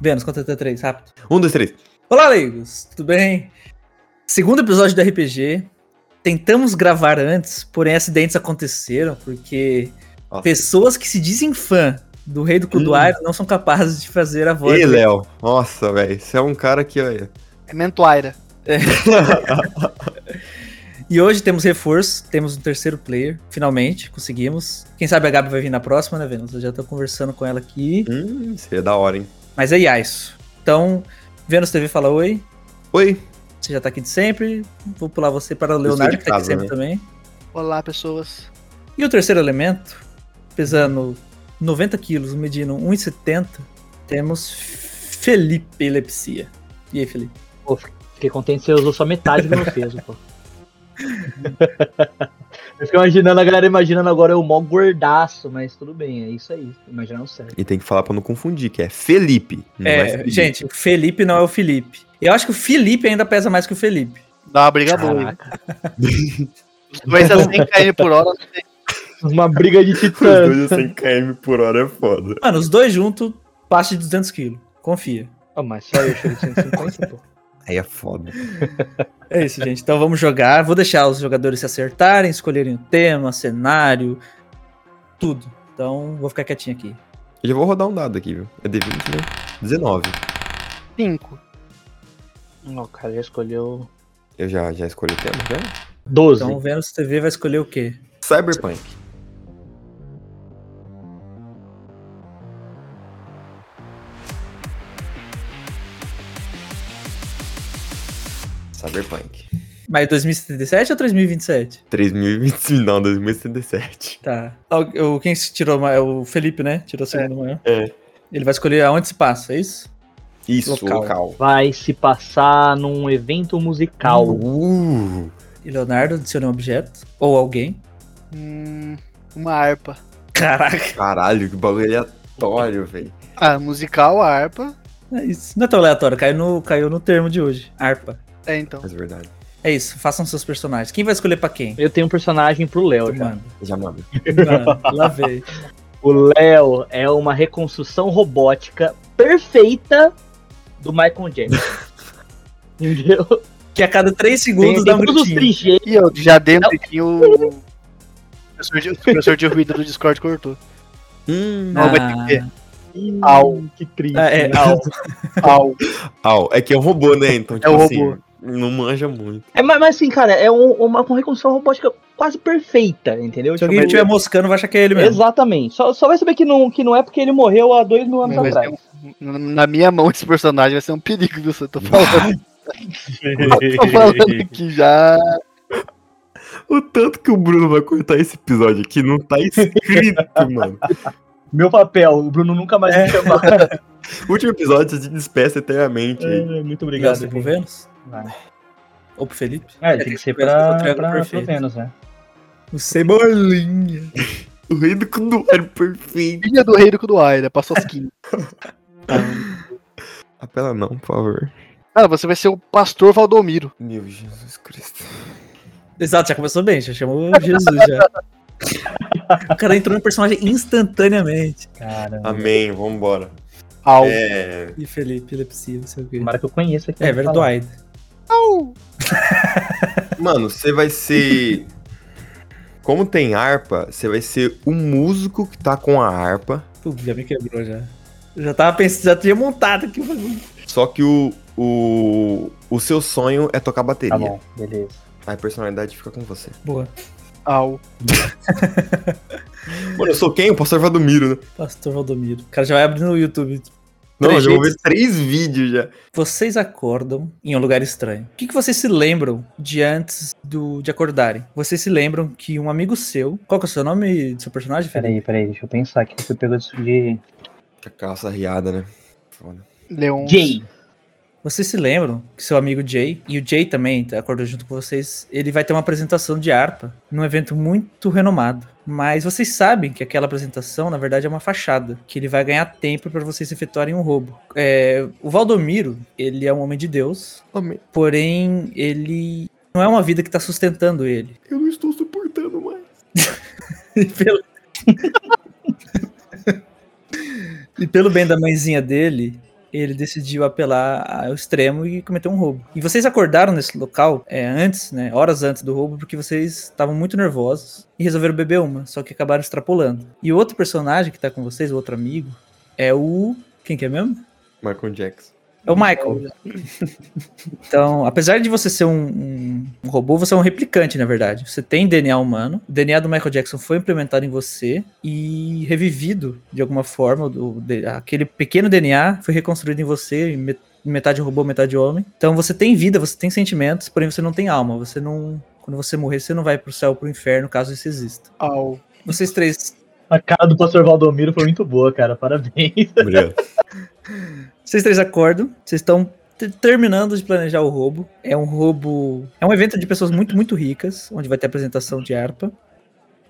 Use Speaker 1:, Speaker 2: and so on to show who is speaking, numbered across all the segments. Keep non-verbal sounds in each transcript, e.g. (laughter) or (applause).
Speaker 1: Vênus, conta até três, rápido.
Speaker 2: Um, dois, três.
Speaker 1: Olá, leigos, tudo bem? Segundo episódio do RPG. Tentamos gravar antes, porém acidentes aconteceram, porque
Speaker 2: Nossa. Hum.
Speaker 1: pessoas que se dizem fã do Rei do Cuduário não são capazes de fazer a voz.
Speaker 2: Ih,
Speaker 1: dele.
Speaker 2: Léo. Nossa, velho. Você é um cara
Speaker 1: (laughs)
Speaker 2: que. olha,
Speaker 3: É Mentuaira.
Speaker 1: E hoje temos reforço, temos um terceiro player, finalmente, conseguimos. Quem sabe a Gabi vai vir na próxima, né, Vênus? Eu já tô conversando com ela aqui.
Speaker 2: Hum, você é da hora, hein?
Speaker 1: Mas é Yaiso. Então, Vênus TV fala oi.
Speaker 2: Oi.
Speaker 1: Você já tá aqui de sempre. Vou pular você para o
Speaker 2: sou de
Speaker 1: Leonardo, que tá aqui
Speaker 2: casa,
Speaker 1: sempre
Speaker 2: né?
Speaker 1: também.
Speaker 3: Olá, pessoas.
Speaker 1: E o terceiro elemento, pesando 90 quilos, medindo 1,70, temos Felipe Epilepsia. E aí, Felipe?
Speaker 4: Fiquei contente que você usou só metade do meu peso, pô. (laughs) Eu fico imaginando, a galera imaginando agora eu mó gordaço, mas tudo bem, é isso aí. Imaginaram certo.
Speaker 2: E tem que falar pra não confundir, que é Felipe. não
Speaker 1: é,
Speaker 2: Felipe.
Speaker 1: gente, o Felipe não é o Felipe. Eu acho que o Felipe ainda pesa mais que o Felipe.
Speaker 3: Dá uma briga boa. hein? Os dois a 100 km assim, por hora. não sei.
Speaker 4: Uma briga de
Speaker 2: Os
Speaker 4: titãs.
Speaker 2: dois a 100 km por hora é foda.
Speaker 1: Mano, os dois juntos passa de 200 quilos. Confia.
Speaker 4: Ah, mas só eu chego de 150, pô.
Speaker 2: Aí é foda.
Speaker 1: É isso, gente. Então vamos jogar. Vou deixar os jogadores se acertarem, escolherem o tema, cenário, tudo. Então vou ficar quietinho aqui.
Speaker 2: Eu já vou rodar um dado aqui, viu? É D20, né? 19.
Speaker 3: Cinco.
Speaker 4: Ó, O cara já escolheu
Speaker 2: Eu já, já escolhi o tema, já?
Speaker 4: 12.
Speaker 1: Então o Vênus TV vai escolher o quê?
Speaker 2: Cyberpunk. Cyberpunk.
Speaker 1: Mas 2077 ou 3027?
Speaker 2: 3025, não, 2077.
Speaker 1: Tá. Al- O, quem se tirou ma- é o Felipe, né? Tirou o segundo maior.
Speaker 2: É.
Speaker 1: Ele vai escolher aonde se passa, é isso?
Speaker 2: Isso,
Speaker 1: Local.
Speaker 2: local.
Speaker 4: Vai se passar num evento musical.
Speaker 2: Uh,
Speaker 1: E Leonardo adiciona um objeto. Ou alguém.
Speaker 3: Hum, uma harpa.
Speaker 1: Caraca,
Speaker 2: caralho, que bagulho aleatório, velho.
Speaker 3: Ah, musical, a harpa.
Speaker 1: é isso não é tão aleatório, caiu no, caiu no termo de hoje. Harpa.
Speaker 3: É, então.
Speaker 2: Mas é verdade.
Speaker 1: É isso, façam seus personagens. Quem vai escolher pra quem?
Speaker 4: Eu tenho um personagem pro Léo já.
Speaker 1: Mano,
Speaker 2: Já manda.
Speaker 1: mano, lá veio.
Speaker 4: O Léo é uma reconstrução robótica perfeita do Michael Jackson.
Speaker 2: (laughs)
Speaker 4: Entendeu?
Speaker 1: (laughs) Que a cada três
Speaker 4: Tem,
Speaker 1: segundos
Speaker 4: tem
Speaker 1: dá um
Speaker 4: todos os
Speaker 1: gritinho.
Speaker 4: trigêmeos.
Speaker 3: E eu já dei um aqui o. o Professor de, o professor de ruído do Discord cortou.
Speaker 2: Hum,
Speaker 3: Não, vai ter que Au.
Speaker 4: que triste.
Speaker 1: Ah, é,
Speaker 4: né?
Speaker 1: au.
Speaker 3: Au.
Speaker 2: au, é que (laughs) é um robô, né? Então, tipo
Speaker 3: o
Speaker 2: assim,
Speaker 3: robô.
Speaker 2: não manja muito.
Speaker 4: É, mas, mas assim, cara, é um- uma reconstrução robótica quase perfeita, entendeu? Tipo,
Speaker 1: Se alguém estiver moscando, vai achar que é ele mesmo.
Speaker 4: Exatamente. Só, só vai saber que não, que não é porque ele morreu há dois mil anos
Speaker 3: Mas
Speaker 4: (laughs) atrás.
Speaker 3: Na um- na minha mão, esse personagem vai ser um perigo, viu? Se eu tô falando,
Speaker 4: (laughs)
Speaker 3: tô falando aqui já.
Speaker 2: O tanto que o Bruno vai cortar esse episódio aqui não tá escrito, (laughs) mano.
Speaker 4: Meu papel, o Bruno nunca mais
Speaker 1: É. (laughs)
Speaker 4: me chamar.
Speaker 2: Último episódio, se despeça eternamente. aí.
Speaker 4: É, muito
Speaker 1: Obrigado, pro
Speaker 4: gente.
Speaker 1: Vênus?
Speaker 4: Vai.
Speaker 1: Ou pro Felipe?
Speaker 4: É, tem que ser pra, pra, pra Vênus, né?
Speaker 1: O Cebolinha.
Speaker 2: O rei do Condoário perfeito.
Speaker 3: Filha do rei do Kuduaira, passou as 15.
Speaker 2: Apela não, por favor.
Speaker 3: Cara, Ah, você vai ser o pastor Valdomiro.
Speaker 2: Meu Jesus Cristo.
Speaker 1: Exato, já começou bem, já chamou Jesus já. (laughs) o cara entrou no personagem instantaneamente.
Speaker 4: Cara,
Speaker 1: Ah,
Speaker 2: Amém, vambora.
Speaker 3: Au.
Speaker 2: É.
Speaker 1: E Felipe, epilepsia, não sei o quê.
Speaker 4: tomara que eu conheça aqui.
Speaker 1: É, verdade.
Speaker 2: Mano, você vai (laughs) ser. Como tem harpa, você vai ser o músico que tá com a harpa.
Speaker 1: Pô, já me quebrou já. Eu já tava pensando, já tinha montado aqui "Hum, o bagulho.
Speaker 2: Só que o. O, o seu sonho é tocar
Speaker 4: Tá
Speaker 2: bateria.
Speaker 4: bom, beleza.
Speaker 2: a personalidade fica com você.
Speaker 1: Boa.
Speaker 3: Au.
Speaker 2: Mano, eu sou quem? O pastor Vadomiro, né?
Speaker 1: Pastor Valdomiro. O cara já vai abrir no YouTube.
Speaker 2: Não, eu
Speaker 1: Três
Speaker 2: já vou
Speaker 1: jeitos.
Speaker 2: ver três vídeos já.
Speaker 1: Vocês acordam em um lugar estranho. O que, que vocês se lembram de antes do, de acordarem? Vocês se lembram que um amigo seu. Qual que é o seu nome do seu personagem, Felipe?
Speaker 4: Peraí, peraí, deixa eu pensar aqui que você pegou disso de.
Speaker 2: Que calça riada, né? Foda.
Speaker 3: Leon.
Speaker 4: Jay.
Speaker 1: Vocês se lembram que seu amigo Jay, e o Jay também tá, acordou junto com vocês, ele vai ter uma apresentação de harpa num evento muito renomado. Mas vocês sabem que aquela apresentação, na verdade, é uma fachada, que ele vai ganhar tempo para vocês efetuarem um roubo. É, o Valdomiro, ele é um homem de Deus,
Speaker 2: Amém.
Speaker 1: porém, ele não é uma vida que tá sustentando ele.
Speaker 2: Eu não estou suportando mais.
Speaker 1: E pelo... e pelo bem da mãezinha dele, ele decidiu apelar ao extremo e cometeu um roubo. E vocês acordaram nesse local é, antes, né? Horas antes do roubo, porque vocês estavam muito nervosos e resolveram beber uma, só que acabaram extrapolando. E o outro personagem que tá com vocês, o outro amigo, é o. Quem que é mesmo?
Speaker 2: Michael Jackson.
Speaker 1: É o Michael. então, apesar de você ser um, um- um robô, você é um replicante, na verdade. Você tem DNA humano. O DNA do Michael Jackson foi implementado em você e revivido de alguma forma. O- de- aquele pequeno DNA foi reconstruído em você, em met- metade robô, metade homem. Então você tem vida, você tem sentimentos, porém você não tem alma. Você não. Quando você morrer, você não vai pro céu ou pro inferno, caso isso exista.
Speaker 3: Au.
Speaker 1: Vocês três.
Speaker 4: A cara do pastor Valdomiro foi muito boa, cara. Parabéns.
Speaker 2: Obrigado.
Speaker 1: Vocês três acordam, vocês estão te- terminando de planejar o roubo. É um roubo. É um evento de pessoas muito, muito ricas, onde vai ter apresentação de harpa.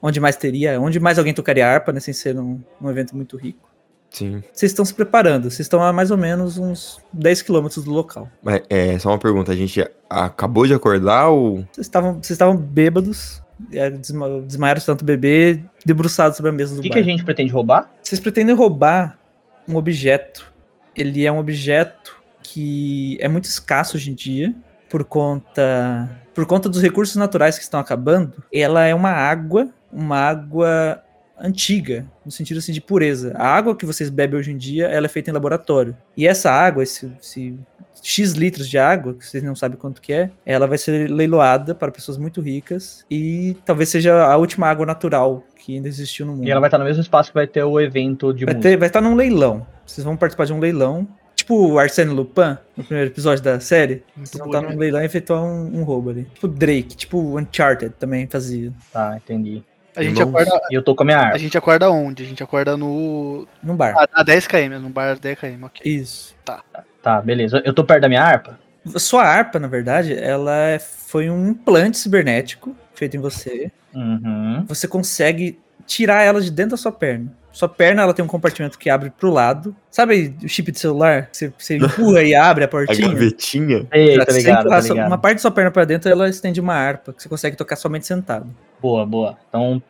Speaker 1: Onde mais teria, onde mais alguém tocaria harpa, né? Sem ser um, um evento muito rico.
Speaker 2: (laughs) Sim.
Speaker 1: Vocês estão se preparando, vocês estão a mais ou menos uns 10 quilômetros do local.
Speaker 2: Mas é só uma pergunta, a gente acabou de acordar ou.
Speaker 1: Vocês estavam vocês estavam bêbados, é, desma- desmaiaram de tanto bebê, debruçados sobre a mesa do
Speaker 4: O que,
Speaker 1: bar.
Speaker 4: que a gente pretende roubar?
Speaker 1: Vocês pretendem roubar um objeto. Ele é um objeto que é muito escasso hoje em dia por conta por conta dos recursos naturais que estão acabando. Ela é uma água, uma água antiga, no sentido assim de pureza. A água que vocês bebem hoje em dia, ela é feita em laboratório. E essa água, esse, esse X litros de água, que vocês não sabem quanto que é, ela vai ser leiloada para pessoas muito ricas e talvez seja a última água natural que ainda existiu no mundo.
Speaker 4: E ela vai estar no mesmo espaço que vai ter o evento de
Speaker 1: Vai,
Speaker 4: música.
Speaker 1: ter, vai estar num leilão. Vocês vão participar de um leilão. Tipo o Arsène Lupin, no primeiro episódio da série. Vocês vão
Speaker 3: bom,
Speaker 1: estar
Speaker 3: né?
Speaker 1: num leilão e efetuar um, um roubo ali. Tipo Drake, tipo Uncharted também fazia.
Speaker 4: Tá, entendi.
Speaker 3: A gente,
Speaker 2: Irmãos.
Speaker 3: acorda,
Speaker 4: E eu tô com a minha
Speaker 3: a
Speaker 4: arma.
Speaker 3: gente acorda onde? A gente acorda no.
Speaker 1: Num bar.
Speaker 3: A, a 10 km, no bar 10 km, ok.
Speaker 1: Isso.
Speaker 4: Tá, beleza. Eu tô perto da minha harpa?
Speaker 1: Sua harpa, na verdade, ela é- foi um implante cibernético feito em você.
Speaker 4: Uhum.
Speaker 1: Você consegue tirar ela de dentro da sua perna. Sua perna ela tem um compartimento que abre pro lado. Sabe o chip de celular? Você, você empurra e abre a
Speaker 2: A
Speaker 1: portinha.
Speaker 2: gavetinha?
Speaker 4: Ei, tá
Speaker 1: Você
Speaker 4: ligado, tá
Speaker 1: encurra sua-
Speaker 4: ligado.
Speaker 1: Uma parte da sua perna pra dentro, ela estende uma harpa, que você consegue tocar somente sentado.
Speaker 4: Boa, boa. Então,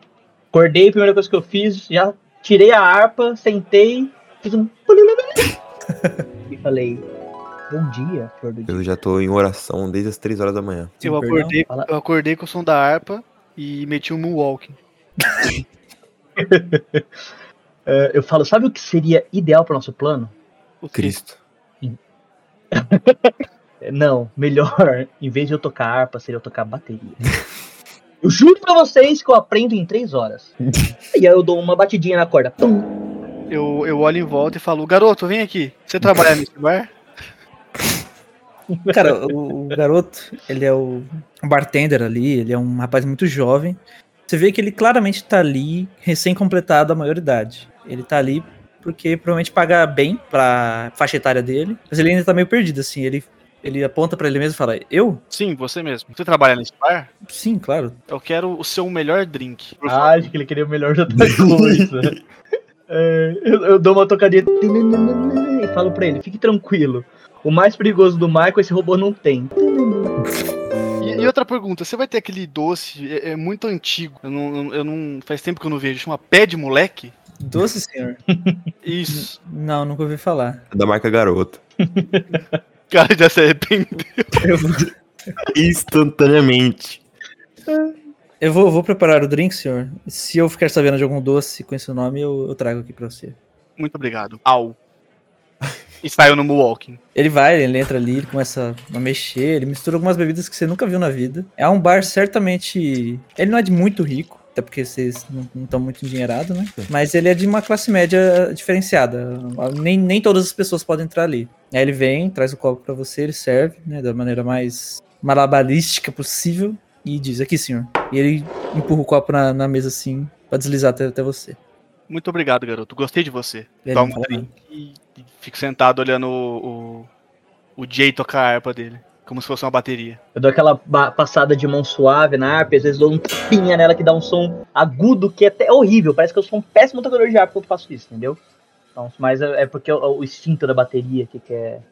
Speaker 4: acordei, primeira coisa que eu fiz, já tirei a harpa, sentei, fiz um... e falei, bom dia, flor do dia.
Speaker 2: Eu já tô em oração desde as 3 horas da manhã.
Speaker 3: Eu
Speaker 1: Perdão?
Speaker 3: acordei,
Speaker 4: Fala.
Speaker 3: eu acordei com o som da harpa e meti um moonwalking.
Speaker 4: Eh, eu falo, sabe o que seria ideal para nosso plano?
Speaker 3: O quê?
Speaker 2: Cristo.
Speaker 4: Eh, Não, melhor, (laughs) em vez de eu tocar harpa, seria eu tocar bateria. Eu juro pra vocês que eu aprendo em três horas. E aí eu dou uma batidinha na corda. Pum.
Speaker 3: Eu, eu olho em volta e falo, garoto, vem aqui. Você trabalha nesse bar?
Speaker 1: Cara, o, o garoto, ele é o bartender ali, ele é um rapaz muito jovem. Você vê que ele claramente tá ali, recém-completado a maioridade. Ele tá ali porque provavelmente paga bem pra faixa etária dele, mas ele ainda tá meio perdido, assim. Ele, ele aponta pra ele mesmo e fala: Eu?
Speaker 3: Sim, você mesmo. Você trabalha nesse bar?
Speaker 1: Sim, claro.
Speaker 3: Eu quero o seu melhor drink. Por
Speaker 4: Ah, acho que ele queria o melhor de outra coisa. Eh, eu, eu dou uma tocadinha né, e falo pra ele, fique tranquilo. O mais perigoso do Michael esse robô não tem.
Speaker 3: E, e outra pergunta, você vai ter aquele doce, é, é muito antigo, eu não, eu não- faz tempo que eu não vejo, chama pé de moleque?
Speaker 1: Doce senhor?
Speaker 3: Isso,
Speaker 1: Não, nunca ouvi falar.
Speaker 2: Da marca Garoto.
Speaker 3: o Hum. (laughs) cara já se arrependeu.
Speaker 2: Instantaneamente.
Speaker 1: Eu vou, vou preparar o drink, senhor. Se eu ficar sabendo de algum doce com esse nome, eu, eu trago aqui pra você.
Speaker 3: Muito obrigado. Au. (laughs) E saiu no Milwaukee.
Speaker 1: Ele vai, ele entra ali, ele começa a mexer, ele mistura algumas bebidas que você nunca viu na vida. É um bar certamente. Ele não é de muito rico, até porque vocês não estão muito endinheirados, né? Mas ele é de uma classe média diferenciada. Nem, nem todas as pessoas podem entrar ali. Aí ele vem, traz o copo pra você, ele serve, né? Da maneira mais malabarística possível. E diz, aqui, senhor. E ele empurra o copo na, na mesa assim, pra deslizar até, até você.
Speaker 3: Muito obrigado, garoto, gostei de você.
Speaker 1: Ele
Speaker 3: Toma
Speaker 1: não fala
Speaker 3: um
Speaker 1: nada.
Speaker 3: drink e e fico sentado olhando o, o, o Jay tocar a harpa dele, como se fosse uma bateria.
Speaker 4: Eu dou aquela ba- passada de mão suave na harpa, e às vezes dou um pinha nela que dá um som agudo que é até horrível. Parece que eu sou um péssimo tocador de harpa quando faço isso, entendeu? Então, mas é é porque é o o instinto da bateria que quer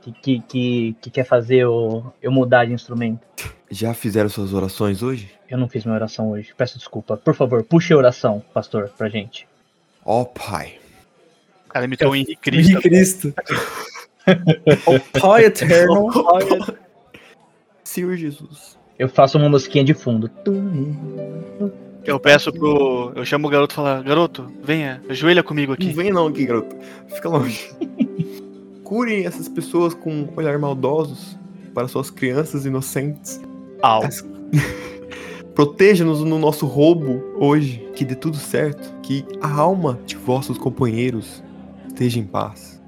Speaker 4: que, que, que, que quer fazer eu, eu mudar de instrumento.
Speaker 2: Já fizeram suas orações hoje?
Speaker 4: Eu não fiz minha oração hoje, peço desculpa. Por favor, puxe a oração, pastor, pra gente.
Speaker 2: Ó, oh, pai.
Speaker 3: Cara, um imitou o Henrique Cristo.
Speaker 1: Cristo. Cristo. o Pai Eterno.
Speaker 2: Senhor Jesus.
Speaker 4: Eu faço uma musiquinha de fundo.
Speaker 3: Eu peço pro. Eu chamo o garoto e falo, garoto, venha, ajoelha comigo
Speaker 2: Não
Speaker 3: aqui.
Speaker 2: vem não aqui, garoto. Fica longe. Curem essas pessoas com um olhar maldosos para suas crianças inocentes.
Speaker 3: Au.
Speaker 2: Proteja-nos no nosso roubo hoje. Que dê tudo certo. Que a alma de vossos companheiros esteja em paz.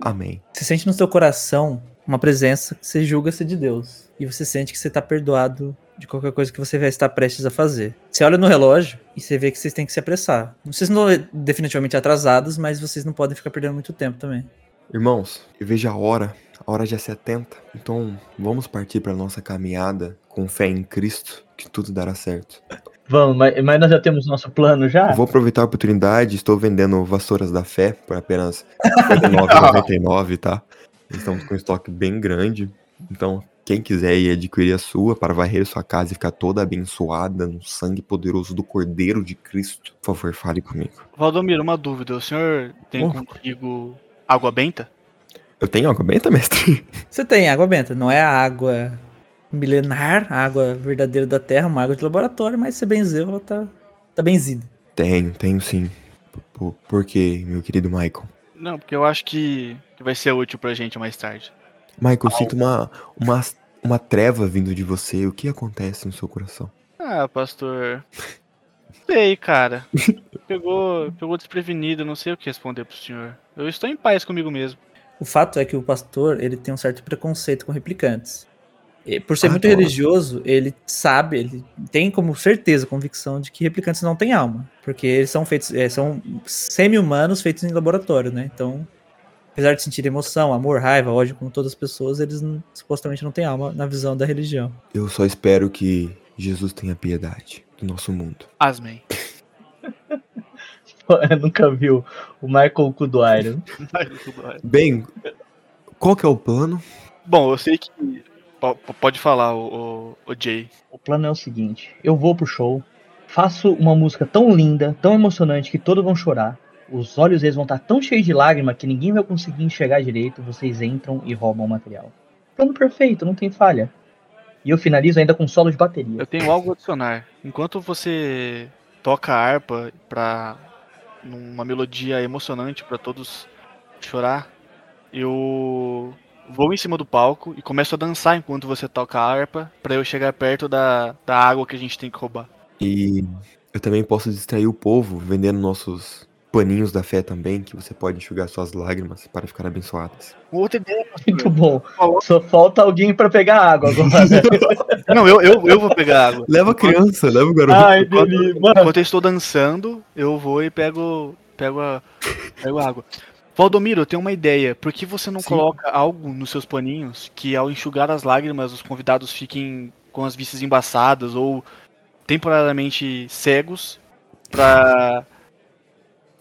Speaker 2: Amém.
Speaker 1: Você sente no seu coração uma presença que você julga ser de Deus. E você sente que você tá perdoado de qualquer coisa que você vai estar prestes a fazer. Você olha no relógio e você vê que vocês têm que se apressar. Vocês não estão definitivamente atrasados, mas vocês não podem ficar perdendo muito tempo também.
Speaker 2: Irmãos, eu vejo a hora, a hora já se atenta. Então, vamos partir para nossa caminhada com fé em Cristo, que tudo dará certo.
Speaker 4: Vamos, mas, mas nós já temos nosso plano já? (laughs)
Speaker 2: Eu vou aproveitar a oportunidade, estou vendendo vassouras da fé por apenas R$ 59,99, tá? Estamos com um estoque bem grande. Então, quem quiser ir adquirir a sua para varrer sua casa e ficar toda abençoada no sangue poderoso do Cordeiro de Cristo, por favor, fale comigo.
Speaker 3: Valdomiro, uma dúvida. O senhor tem
Speaker 2: Oh.
Speaker 3: contigo água benta?
Speaker 2: Eu tenho algo bem, tá, mestre? (laughs)
Speaker 1: Você tem água benta, não é a água milenar, a água verdadeira da terra, uma água de laboratório, mas você benzeu, ela tá, tá benzida.
Speaker 2: Tenho, tenho sim. Por- Por, por quê, meu querido Michael?
Speaker 3: Não, porque eu acho que que vai ser útil pra gente mais tarde.
Speaker 2: Michael, eu sinto uma, uma, uma treva vindo de você. O que acontece no seu coração?
Speaker 3: Ah, pastor. Sei, cara. Pegou, pegou desprevenido, não sei o que responder pro senhor. Eu estou em paz comigo mesmo.
Speaker 1: O fato é que o pastor, ele tem um certo preconceito com replicantes. E Por ser
Speaker 2: Ah,
Speaker 1: muito
Speaker 2: não.
Speaker 1: religioso, ele sabe, ele tem como certeza, convicção de que replicantes não têm alma, porque eles são feitos, eh, são semi-humanos feitos em laboratório, né? Então, apesar de sentir emoção, amor, raiva, ódio como todas as pessoas, eles não- supostamente não têm alma na visão da religião.
Speaker 2: Eu só espero que Jesus tenha piedade do nosso mundo.
Speaker 3: Asmem.
Speaker 4: Eu nunca viu o Michael Cuduário.
Speaker 2: Bem, qual que é o plano?
Speaker 3: Bom, eu sei que. po- po- Pode falar, o, o, o Jay.
Speaker 4: O plano é o seguinte: eu vou pro show, faço uma música tão linda, tão emocionante que todos vão chorar. Os olhos deles vão estar tão cheios de lágrima que ninguém vai conseguir enxergar direito. Vocês entram e roubam o material. Plano perfeito, não tem falha. E eu finalizo ainda com solo de bateria.
Speaker 3: Eu tenho algo a adicionar. Enquanto você toca a harpa pra numa melodia emocionante pra todos chorar, eu vou em cima do palco e começo a dançar enquanto você toca a harpa pra eu chegar perto da, da água que a gente tem que roubar.
Speaker 2: E eu também posso distrair o povo vendendo nossos paninhos da fé também, que você pode enxugar suas lágrimas para ficar abençoadas.
Speaker 3: Outra ideia.
Speaker 4: (laughs) Muito bom. Só falta alguém pra pegar água agora.
Speaker 3: Não, eu, eu, eu vou pegar a água.
Speaker 2: Leva a criança, leva o garoto.
Speaker 4: (laughs) Ai, delícia. Mano,
Speaker 3: Enquanto eu estou dançando, eu vou e pego, pego, a, pego a água. Valdomiro, eu tenho uma ideia. Por que você não
Speaker 2: Sim.
Speaker 3: coloca algo nos seus paninhos que, ao enxugar as lágrimas, os convidados fiquem com as vistas embaçadas ou temporariamente cegos pra,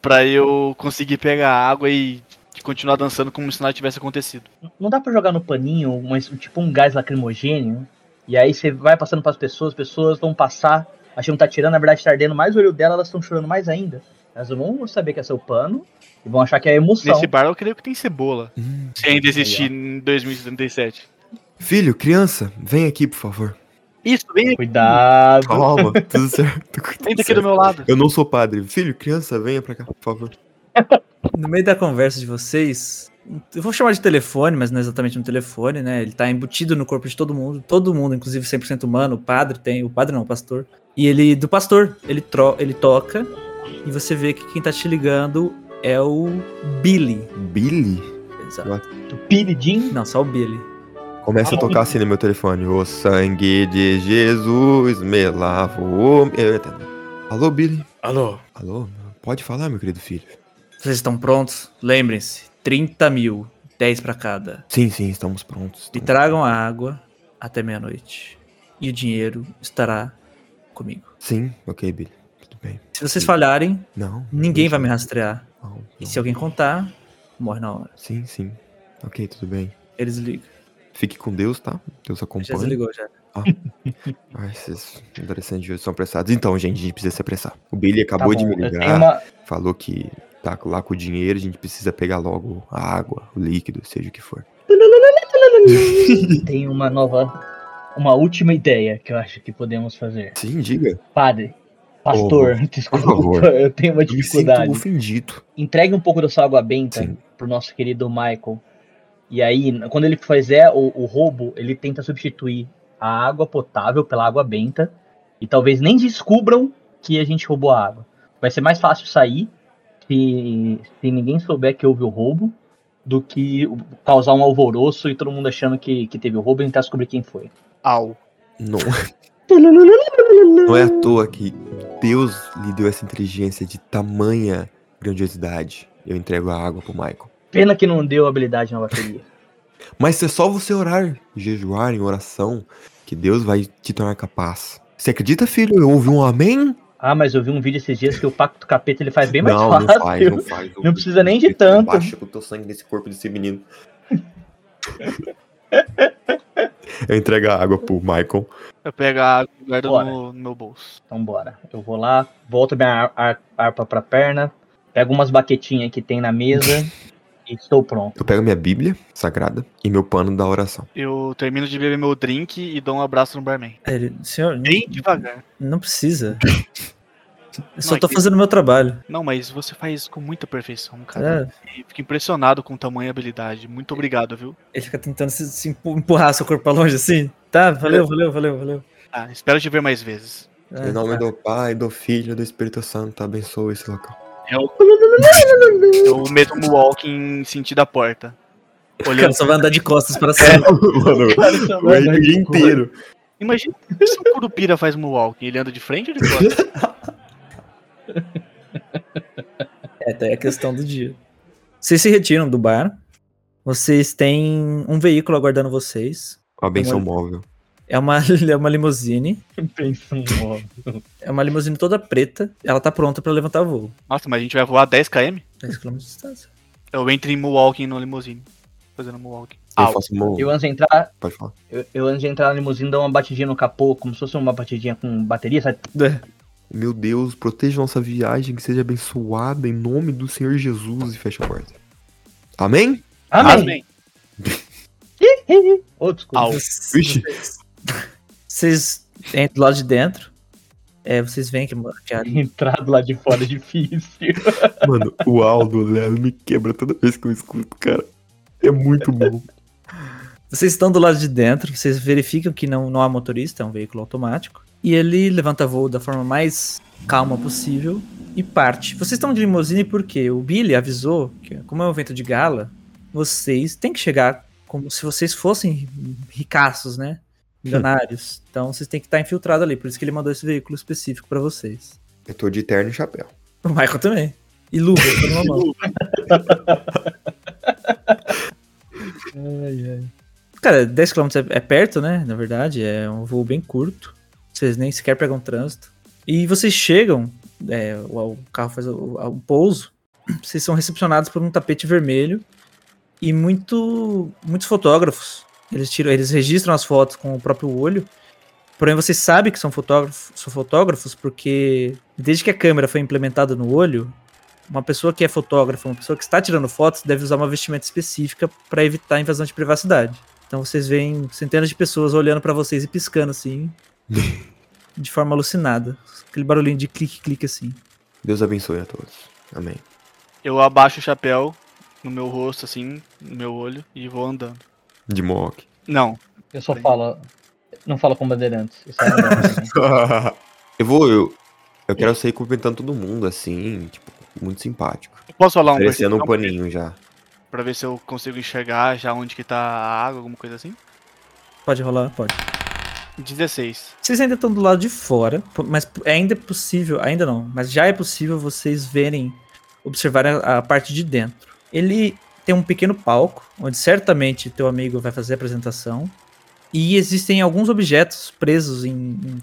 Speaker 3: pra eu conseguir pegar a água e continuar dançando como se nada tivesse acontecido?
Speaker 4: não dá pra jogar no paninho, uma- tipo um gás lacrimogênio. E aí você vai passando pras pessoas, as pessoas vão passar, achando que tá tirando, na verdade tá ardendo mais o olho dela, elas estão chorando mais ainda. Elas não vão saber que é seu pano e vão achar que é emoção.
Speaker 3: Nesse bar eu creio que tem cebola.
Speaker 2: Hum.
Speaker 3: Se ainda existir em 2077.
Speaker 2: Filho, criança, vem aqui, por favor.
Speaker 3: Isso, vem,
Speaker 4: Cuidado.
Speaker 2: Calma, tudo
Speaker 3: (laughs)
Speaker 2: certo.
Speaker 3: Tá vem
Speaker 2: tudo
Speaker 3: daqui do
Speaker 2: certo.
Speaker 3: meu lado.
Speaker 2: Eu não sou padre. Filho, criança, venha pra cá, por favor.
Speaker 1: No meio da conversa de vocês, eu vou chamar de telefone, mas não é exatamente um telefone, né? Ele tá embutido no corpo de todo mundo, todo mundo, inclusive 100% humano, o padre tem, o padre não, o pastor. E ele, do pastor, ele, tro, ele toca e você vê que quem tá te ligando é o Billy.
Speaker 2: Billy?
Speaker 1: Exato.
Speaker 4: Piridim.
Speaker 1: Não, só o Billy.
Speaker 2: Começa a
Speaker 4: Tá bom.
Speaker 2: tocar assim no meu telefone. O sangue de Jesus me lavou. Eu entendo. Alô, Billy?
Speaker 1: Alô?
Speaker 2: Alô? meu- Pode falar, meu querido filho?
Speaker 1: Vocês estão prontos? Lembrem-se, 30 mil, 10 pra cada.
Speaker 2: Sim, sim, estamos prontos.
Speaker 1: E
Speaker 2: estamos-
Speaker 1: tragam a água até meia-noite. E o dinheiro estará comigo.
Speaker 4: Então-
Speaker 2: Sim, ok, Billy. Tudo bem.
Speaker 1: Se vocês falharem,
Speaker 2: Não.
Speaker 1: ninguém vai me
Speaker 2: arrastar.
Speaker 1: rastrear. E
Speaker 4: é
Speaker 1: se alguém contar, morre na hora.
Speaker 2: Sim, sim. Ok, tudo bem.
Speaker 1: Eles ligam.
Speaker 2: Fique com Deus, tá? Deus
Speaker 1: Já
Speaker 2: acompanha.
Speaker 1: desligou já.
Speaker 2: Ai, esses adolescentes de hoje são apressados. Então, gente, a gente precisa se apressar. O Billy
Speaker 4: Tá
Speaker 2: acabou de
Speaker 4: bom,
Speaker 2: me
Speaker 4: eu tenho
Speaker 2: ligar.
Speaker 4: uma,
Speaker 2: Falou que tá lá com o dinheiro, a gente precisa pegar logo a água, o líquido, seja o que for.
Speaker 4: Tem uma nova. Uma última ideia que eu acho que podemos fazer.
Speaker 2: Sim, diga.
Speaker 4: Padre. Pastor, (laughs) desculpa,
Speaker 2: favor.
Speaker 4: eu tenho uma
Speaker 2: Eu me sinto
Speaker 4: dificuldade.
Speaker 2: ofendido.
Speaker 4: Entregue um pouco da sua água benta
Speaker 2: Sim.
Speaker 4: pro nosso querido Michael. E aí, n- quando ele fizer o, o roubo, ele tenta substituir a água potável pela água benta. E talvez nem descubram que a gente roubou a água. Vai ser mais fácil sair se, se ninguém souber que houve o roubo do que o- causar um alvoroço e todo mundo achando que, que teve o roubo e tentar descobrir quem foi.
Speaker 3: Au.
Speaker 4: (laughs)
Speaker 2: Não. Não é à toa que Deus lhe deu essa inteligência de tamanha grandiosidade. Eu entrego a água pro Michael.
Speaker 4: Pena que não deu habilidade na bateria.
Speaker 2: Mas é só você orar, jejuar em oração, que Deus vai te tornar capaz. Você acredita, filho? Eu ouvi um amém?
Speaker 4: Ah, mas eu vi um vídeo esses dias que o Pacto do Capeta ele faz bem mais
Speaker 2: não,
Speaker 4: fácil.
Speaker 2: não faz, não faz.
Speaker 4: Não precisa nem de tanto.
Speaker 2: Baixa com o teu sangue nesse corpo desse
Speaker 4: (laughs)
Speaker 2: menino. Eu entrego a água pro Michael.
Speaker 3: Eu pego a água e guardo
Speaker 4: Bora.
Speaker 3: no, no meu bolso.
Speaker 4: Então bora. Eu vou lá, volto minha ar- ar- harpa pra perna, pego umas baquetinhas que tem na mesa e estou (laughs) pronto.
Speaker 2: Eu pego minha Bíblia sagrada e meu pano da oração.
Speaker 3: Eu termino de beber meu drink e dou um abraço no barman.
Speaker 1: É, Ele, senhor, não,
Speaker 3: Bem devagar.
Speaker 1: não precisa. Eu só
Speaker 3: Não, é
Speaker 1: tô
Speaker 3: que-
Speaker 1: fazendo meu trabalho.
Speaker 3: Não, mas você faz isso com muita perfeição, cara.
Speaker 1: É,
Speaker 3: E Fico impressionado com tamanha habilidade. Muito obrigado, viu?
Speaker 1: É, ele fica tentando se, se empu- empurrar seu corpo pra longe assim. Tá, valeu, valeu, valeu, valeu.
Speaker 3: Ah, espero te ver mais vezes.
Speaker 1: É,
Speaker 2: Em nome
Speaker 1: tá.
Speaker 2: do Pai, do Filho e do Espírito Santo, abençoa esse local.
Speaker 3: Eu meto um walking em sentido da porta.
Speaker 1: O É. cara
Speaker 3: Olhando.
Speaker 1: só vai andar de costas pra cima.
Speaker 2: (laughs) Mano,
Speaker 4: é
Speaker 2: o
Speaker 1: é
Speaker 2: RPG inteiro.
Speaker 3: Imagina se o Curupira faz um walking. Ele anda de frente ou de costas?
Speaker 1: É, tá, é a questão do dia. Vocês se retiram do bar. Vocês têm um veículo aguardando vocês.
Speaker 2: A
Speaker 1: um
Speaker 2: benção móvel.
Speaker 1: É uma, (laughs) é uma limousine.
Speaker 4: Pensa um homem.
Speaker 1: É uma limousine toda preta. Ela tá pronta pra levantar voo.
Speaker 3: Nossa, mas a gente vai voar 10km?
Speaker 1: 10 km de distância.
Speaker 3: Eu entro em walking no limousine. Fazendo walking.
Speaker 2: Eu
Speaker 3: Au.
Speaker 2: faço uma...
Speaker 4: Eu antes de entrar,
Speaker 2: Pode falar.
Speaker 4: eu, eu antes de entrar na limusine dou uma batidinha no capô, como se fosse uma batidinha com bateria, sabe?
Speaker 2: Meu Deus, proteja nossa viagem, que seja abençoada em nome do Senhor Jesus e fecha a porta. Amém?
Speaker 4: Amém. Ô, desculpa.
Speaker 3: Au.
Speaker 2: Vixe.
Speaker 1: Vocês entram do lado de dentro. É, vocês veem que, que a
Speaker 4: (laughs) Entrado lá de fora é difícil.
Speaker 2: Mano, o Aldo, Léo, me quebra toda vez que eu escuto, cara. É muito bom.
Speaker 1: Vocês estão do lado de dentro, vocês verificam que não, não há motorista, é um veículo automático. E ele levanta voo da forma mais calma possível e parte. Vocês estão de limusine porque o Billy avisou que, como é um evento de gala, vocês têm que chegar como se vocês fossem ricaços, né? Milionários. Então vocês têm que estar infiltrado ali. Por isso que ele mandou esse veículo específico pra vocês.
Speaker 2: Eu tô de terno e chapéu.
Speaker 1: O Michael também. E luvas, tá numa mão. Cara, 10km é, é perto, né? Na verdade, é um voo bem curto. Vocês nem sequer pegam trânsito. E vocês chegam, é, o, o carro faz o, o pouso, vocês são recepcionados por um tapete vermelho e muito, muitos fotógrafos. Eles, tiram, eles registram as fotos com o próprio olho. Porém, vocês sabem que são fotógrafos, são fotógrafos porque desde que a câmera foi implementada no olho, uma pessoa que é fotógrafa, uma pessoa que está tirando fotos, deve usar uma vestimenta específica para evitar invasão de privacidade. Então vocês veem centenas de pessoas olhando para vocês e piscando assim, de forma alucinada. Aquele barulhinho de clique-clique assim.
Speaker 2: Deus abençoe a todos. Amém.
Speaker 3: Eu abaixo o chapéu no meu rosto, assim, no meu olho, e vou andando.
Speaker 2: De (laughs) Mohawk.
Speaker 3: Não.
Speaker 4: Eu só falo. Não falo com bandeirantes. Isso é uma bosta, (laughs) né?
Speaker 2: eu vou, eu, eu quero sair cumprimentando todo mundo, assim, tipo, muito simpático.
Speaker 3: Eu posso falar um
Speaker 2: Parecendo um
Speaker 3: versículo
Speaker 2: paninho já.
Speaker 3: pra ver se eu consigo enxergar já onde que tá a água, alguma coisa assim?
Speaker 1: Pode rolar? Pode.
Speaker 3: 16.
Speaker 1: Vocês ainda estão do lado de fora, po- mas ainda é possível, ainda não, mas já é possível vocês verem, observarem a, a parte de dentro. Ele tem um pequeno palco, onde certamente teu amigo vai fazer a apresentação, e existem alguns objetos presos em, em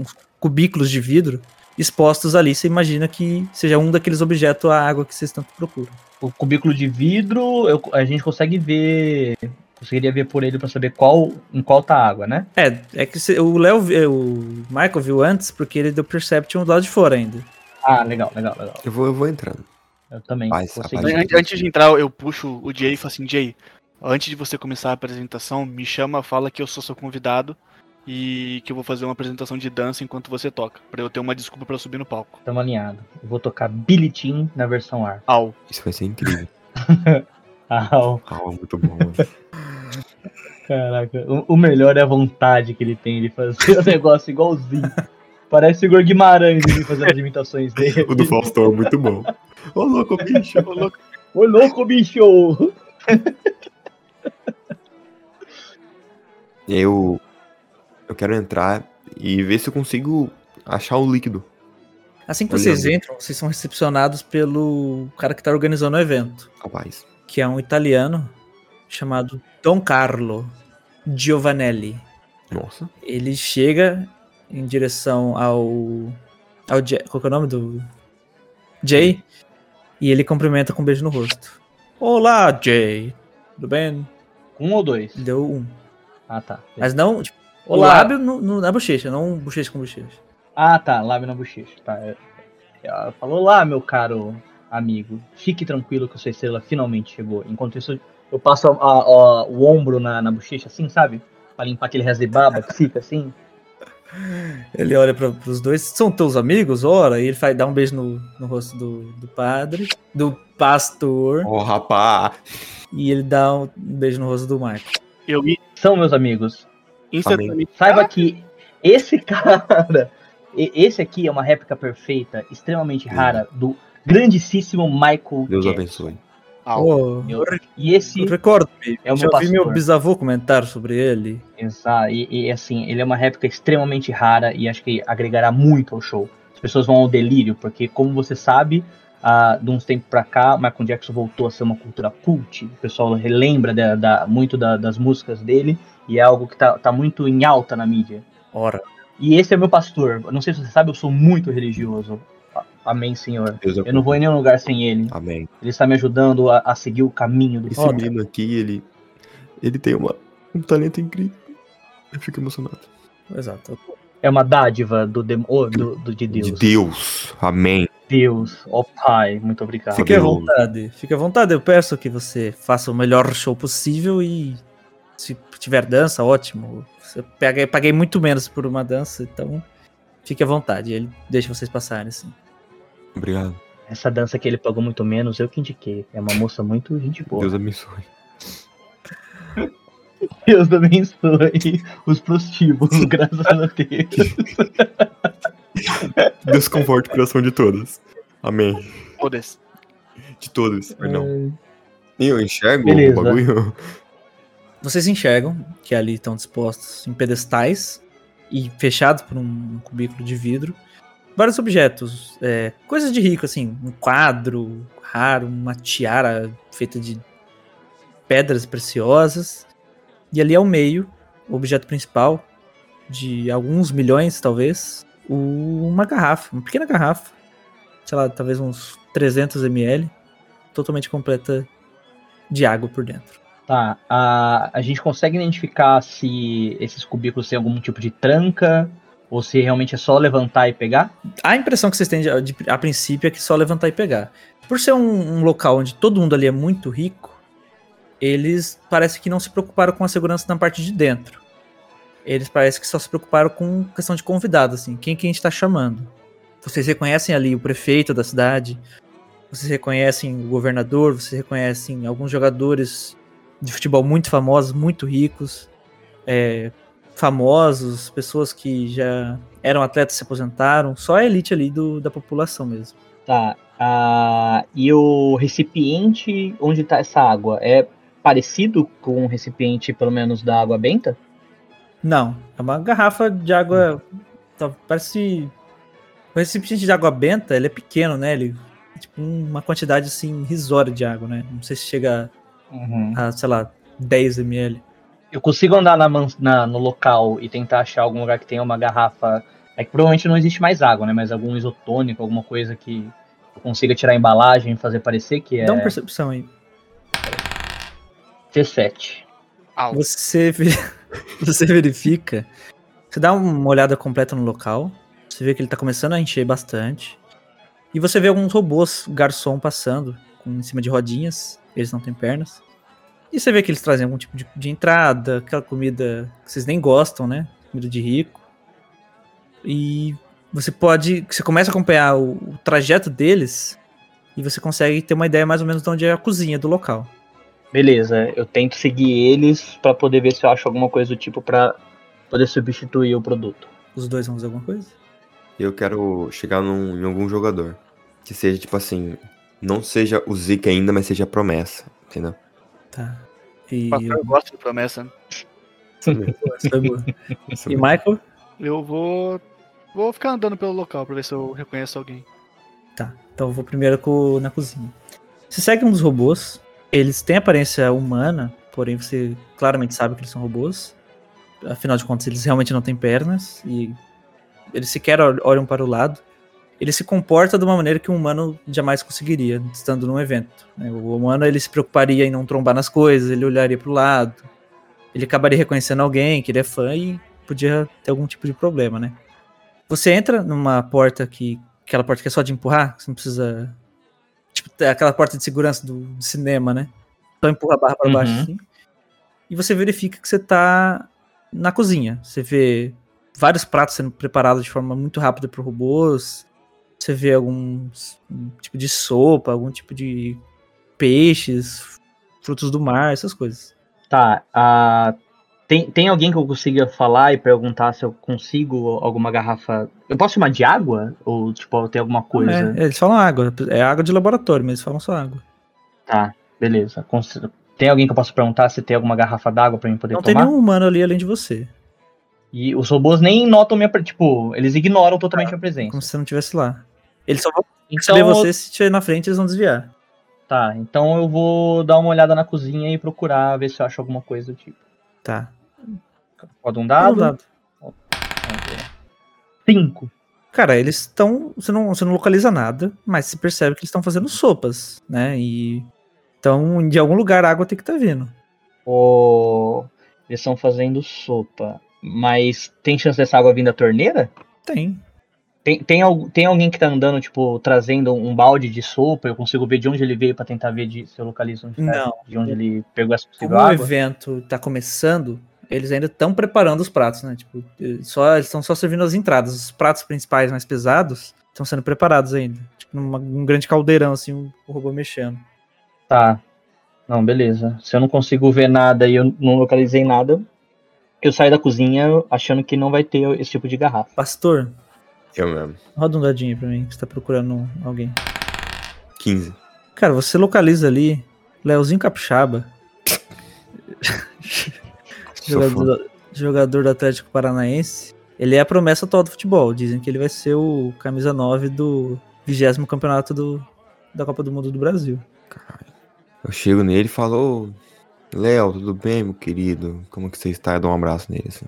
Speaker 1: uns cubículos de vidro expostos ali. Você imagina que seja um daqueles objetos a água que vocês tanto procuram.
Speaker 4: o cubículo de vidro, eu- a gente consegue ver. Conseguiria ver por ele pra saber qual em qual tá a água, né?
Speaker 1: É, é que cê- o Léo, vi- o Michael viu antes porque ele deu Perception do lado de fora ainda.
Speaker 4: Ah, legal, legal, legal.
Speaker 2: Eu vou, eu vou entrando.
Speaker 4: Eu também.
Speaker 2: Vai,
Speaker 4: consegui.
Speaker 2: rapaz.
Speaker 3: An- Antes de entrar, eu puxo o Jay e falo assim, Jay, antes de você começar a apresentação, me chama, fala que eu sou seu convidado e que eu vou fazer uma apresentação de dança enquanto você toca, pra eu ter uma desculpa pra eu subir no palco.
Speaker 4: Tamo alinhado. Eu vou tocar Billie Jean na versão ar. (laughs)
Speaker 3: Au.
Speaker 2: Isso vai ser incrível.
Speaker 4: Ah,
Speaker 2: Ah, muito bom, mano.
Speaker 4: caraca. O, o melhor é a vontade que ele tem de fazer o (laughs) negócio igualzinho. Parece o Igor Guimarães ele fazendo as imitações dele.
Speaker 2: (laughs) O do Faustão é muito bom. Ô, louco, bicho, ô, louco.
Speaker 4: Ô louco, bicho!
Speaker 2: Eu. Eu quero entrar e ver se eu consigo achar o líquido.
Speaker 1: Assim que
Speaker 2: Olha
Speaker 1: vocês
Speaker 2: ali.
Speaker 1: entram, vocês são recepcionados pelo cara que tá organizando o evento,
Speaker 2: Rapaz.
Speaker 1: que é um italiano chamado Don Carlo Giovanelli.
Speaker 2: Nossa.
Speaker 1: Ele chega em direção ao. ao Jay, qual que é o nome do. Jay? E ele cumprimenta com um beijo no rosto. Olá, Jay! Tudo bem?
Speaker 4: Um ou dois?
Speaker 1: Ele Deu um.
Speaker 4: Ah, tá.
Speaker 1: Mas não. Tipo, o
Speaker 4: Olá.
Speaker 1: lábio no, no- na bochecha, não um bochecha com bochecha.
Speaker 4: Ah, tá. Lábio na bochecha. Tá. É, é, Ela falou lá, meu caro amigo. Fique tranquilo que a sua estrela finalmente chegou. Enquanto isso, eu passo a- a- a- o ombro na, na bochecha, assim, sabe? Pra limpar aquele resto de baba que fica assim.
Speaker 1: Ele olha para os dois, são teus amigos, ora, e ele faz, dá um beijo no, no rosto do, do padre, do pastor,
Speaker 2: Ô, rapaz.
Speaker 1: e ele dá um beijo no rosto do Marco.
Speaker 3: Eu me
Speaker 4: São meus amigos.
Speaker 3: instantaneamente.
Speaker 1: Ah.
Speaker 4: Saiba que esse (laughs) cara. e- Esse aqui é uma réplica perfeita, extremamente rara, do grandíssimo Michael
Speaker 2: Deus
Speaker 4: Jackson.
Speaker 2: abençoe.
Speaker 3: Au.
Speaker 1: Oh,
Speaker 4: Eu- E esse
Speaker 1: eu recordo, me
Speaker 4: é o
Speaker 1: já
Speaker 4: meu
Speaker 1: ouvi meu
Speaker 4: pastor.
Speaker 1: bisavô comentar sobre ele.
Speaker 4: Exato, e, e, assim, ele é uma réplica extremamente rara e acho que agregará muito ao show. As pessoas vão ao delírio, porque como você sabe, ah, de uns tempos pra cá, Michael Jackson voltou a ser uma cultura cult, o pessoal relembra da, da- muito da- das músicas dele, e é algo que tá, tá muito em alta na mídia.
Speaker 1: Ora,
Speaker 4: E esse é meu pastor, não sei se você sabe, eu sou muito religioso. A- Amém, senhor.
Speaker 2: Deus
Speaker 4: Eu não vou em nenhum lugar sem ele,
Speaker 2: Amém.
Speaker 4: ele está me ajudando a, a seguir o caminho do
Speaker 2: Esse
Speaker 1: Olha.
Speaker 2: menino aqui, ele. Ele tem uma, um talento incrível. Eu fico emocionado.
Speaker 1: exato.
Speaker 4: É uma dádiva do, dem- oh, do, do- de Deus.
Speaker 2: De Deus. Amém.
Speaker 4: Deus, ó Pai, muito obrigado.
Speaker 1: Fique à
Speaker 2: Fabuloso.
Speaker 1: vontade, fique à vontade, eu peço que você faça o melhor show possível e se tiver dança, ótimo. Eu paguei, paguei muito menos por uma dança, então fique à vontade, ele deixa vocês passarem, assim.
Speaker 2: Obrigado.
Speaker 4: Essa dança que ele pagou muito menos, eu que indiquei. É uma moça muito gente boa.
Speaker 2: Deus abençoe.
Speaker 4: Deus, abençoe os prostíbulos, graças a Deus.
Speaker 2: Deus conforte o coração de todas. Amém.
Speaker 3: Foda-se.
Speaker 2: De todos, perdão.
Speaker 1: É.
Speaker 2: E eu enxergo
Speaker 4: Beleza.
Speaker 2: o bagulho? (laughs)
Speaker 1: Vocês enxergam que ali estão dispostos em pedestais e fechados por um cubículo de vidro. Vários objetos, é, coisas de rico, assim, um quadro raro, uma tiara feita de pedras preciosas. E ali ao meio, o objeto principal, de alguns milhões talvez, o- uma garrafa, uma pequena garrafa, sei lá, talvez uns 300 ml, totalmente completa de água por dentro.
Speaker 4: Tá, a, a gente consegue identificar se esses cubículos têm algum tipo de tranca, ou se realmente é só levantar e pegar?
Speaker 1: A impressão que vocês têm de- de- a princípio é que só levantar e pegar. Por ser um, um local onde todo mundo ali é muito rico, eles parece que não se preocuparam com a segurança na parte de dentro. Eles parece que só se preocuparam com questão de convidado, assim, quem que a gente tá chamando. Vocês reconhecem ali o prefeito da cidade, vocês reconhecem o governador, vocês reconhecem alguns jogadores de futebol muito famosos, muito ricos, é, famosos, pessoas que já eram atletas se aposentaram, só a elite ali do, da população mesmo.
Speaker 4: Tá, a, e o recipiente onde tá essa água? É parecido com o recipiente, pelo menos, da água benta?
Speaker 1: Não, é uma garrafa de água. tá- parece. O recipiente de água benta, ele é pequeno, né? Ele é tipo uma quantidade assim irrisória de água, né? Não sei se chega
Speaker 4: Uhum.
Speaker 1: a, sei lá, 10 ml.
Speaker 4: Eu consigo andar na mans- na- no local e tentar achar algum lugar que tenha uma garrafa. É que provavelmente não existe mais água, né? Mas algum isotônico, alguma coisa que eu consiga tirar a embalagem e fazer parecer que é
Speaker 1: Dá uma percepção aí.
Speaker 4: T7.
Speaker 3: Au.
Speaker 1: Você, ve- (laughs) você verifica. Você dá uma olhada completa no local. Você vê que ele tá começando a encher bastante. E você vê alguns robôs, garçom passando com- em cima de rodinhas, eles não têm pernas. E você vê que eles trazem algum tipo de, de entrada, aquela comida que vocês nem gostam, né? Comida de rico. E você pode. Você começa a acompanhar o, o trajeto deles e você consegue ter uma ideia mais ou menos de onde é a cozinha do local.
Speaker 4: Beleza, eu tento seguir eles pra poder ver se eu acho alguma coisa do tipo pra poder substituir o produto.
Speaker 1: Os dois vão fazer alguma coisa?
Speaker 2: Eu quero chegar num- em algum jogador. Que seja, tipo assim, não seja o Zeke ainda, mas seja a promessa, entendeu?
Speaker 1: Tá. E. (laughs)
Speaker 3: Patrão gosta de promessa. né?
Speaker 1: Essa foi boa.
Speaker 2: Isso
Speaker 1: E
Speaker 2: mesmo.
Speaker 1: Michael?
Speaker 3: Eu vou. Vou ficar andando pelo local pra ver se eu reconheço alguém.
Speaker 1: Tá, então eu vou primeiro co- na cozinha. Você segue um dos robôs. Eles têm aparência humana, porém você claramente sabe que eles são robôs. Afinal de contas, eles realmente não têm pernas e eles sequer ol- olham para o lado. Ele se comporta de uma maneira que um humano jamais conseguiria, estando num evento. né? O humano ele se preocuparia em não trombar nas coisas, ele olharia para o lado, ele acabaria reconhecendo alguém que ele é fã e podia ter algum tipo de problema, né? Você entra numa porta que aquela porta que é só de empurrar, que você não precisa. Tipo, tem aquela porta de segurança do, do cinema, né? Só empurra a barra pra baixo,
Speaker 4: Uhum.
Speaker 1: assim. E você verifica que você tá na cozinha. Você vê vários pratos sendo preparados de forma muito rápida por robôs. Você vê algum tipo de sopa, algum tipo de peixes, frutos do mar, essas coisas.
Speaker 4: Tá, ah, tem, tem alguém que eu consiga falar e perguntar se eu consigo alguma garrafa. Eu posso chamar de água? Ou, tipo, tem alguma coisa?
Speaker 1: É, eles falam água, é água de laboratório, mas eles falam só água.
Speaker 4: Tá, beleza. Cons- Tem alguém que eu posso perguntar se tem alguma garrafa d'água pra mim poder
Speaker 1: Não tem
Speaker 4: tomar?
Speaker 1: nenhum humano ali além de você,
Speaker 4: E os robôs nem notam minha. pre- Tipo, eles ignoram
Speaker 1: Ah,
Speaker 4: totalmente minha presença.
Speaker 1: como se você não estivesse lá. Eles só vão
Speaker 4: Então,
Speaker 1: ver
Speaker 4: eu-
Speaker 1: você, se estiver na frente, eles vão desviar.
Speaker 4: tá, então eu vou dar uma olhada na cozinha e procurar ver se eu acho alguma coisa do tipo.
Speaker 1: Tá.
Speaker 4: Pode um
Speaker 1: Dá um
Speaker 4: dado?
Speaker 1: dado.
Speaker 4: Cinco.
Speaker 1: Cara, eles estão. Você não, você não localiza nada, mas se percebe que eles estão fazendo sopas, né? E. Então, de algum lugar a água tem que estar vindo.
Speaker 4: Ô, Eles estão fazendo sopa. Mas tem chance dessa água vir da torneira?
Speaker 1: Tem.
Speaker 4: Tem, tem, al- tem alguém que tá andando, tipo, trazendo um balde de sopa? Eu consigo ver de onde ele veio pra tentar ver de- se eu localizo onde, tá-
Speaker 1: Não.
Speaker 4: de onde ele pegou essa
Speaker 1: Como
Speaker 4: possível
Speaker 1: o
Speaker 4: água.
Speaker 1: evento tá começando, eles ainda estão preparando os pratos, né? Tipo, eh, só, eles estão só servindo as entradas. Os pratos principais mais pesados estão sendo preparados ainda. Tipo, numa- num grande caldeirão, assim, o o robô mexendo.
Speaker 4: Tá. Não, beleza. Se eu não consigo ver nada e eu não localizei nada, eu saio da cozinha achando que não vai ter esse tipo de garrafa.
Speaker 1: Pastor,
Speaker 2: Eu mesmo.
Speaker 1: roda um dadinho pra mim, que você tá procurando um- alguém.
Speaker 2: 15.
Speaker 1: Cara, você localiza ali Leozinho Capixaba.
Speaker 2: Sou fã.
Speaker 1: jogador, jogador do Atlético Paranaense. Ele é a promessa atual do futebol. Dizem que ele vai ser o camisa 9 do vigésimo campeonato do, da Copa do Mundo do Brasil.
Speaker 2: Eu chego nele e falo, "Ô, Léo, tudo bem, meu querido? Como que você está? Eu dou um abraço nele, assim.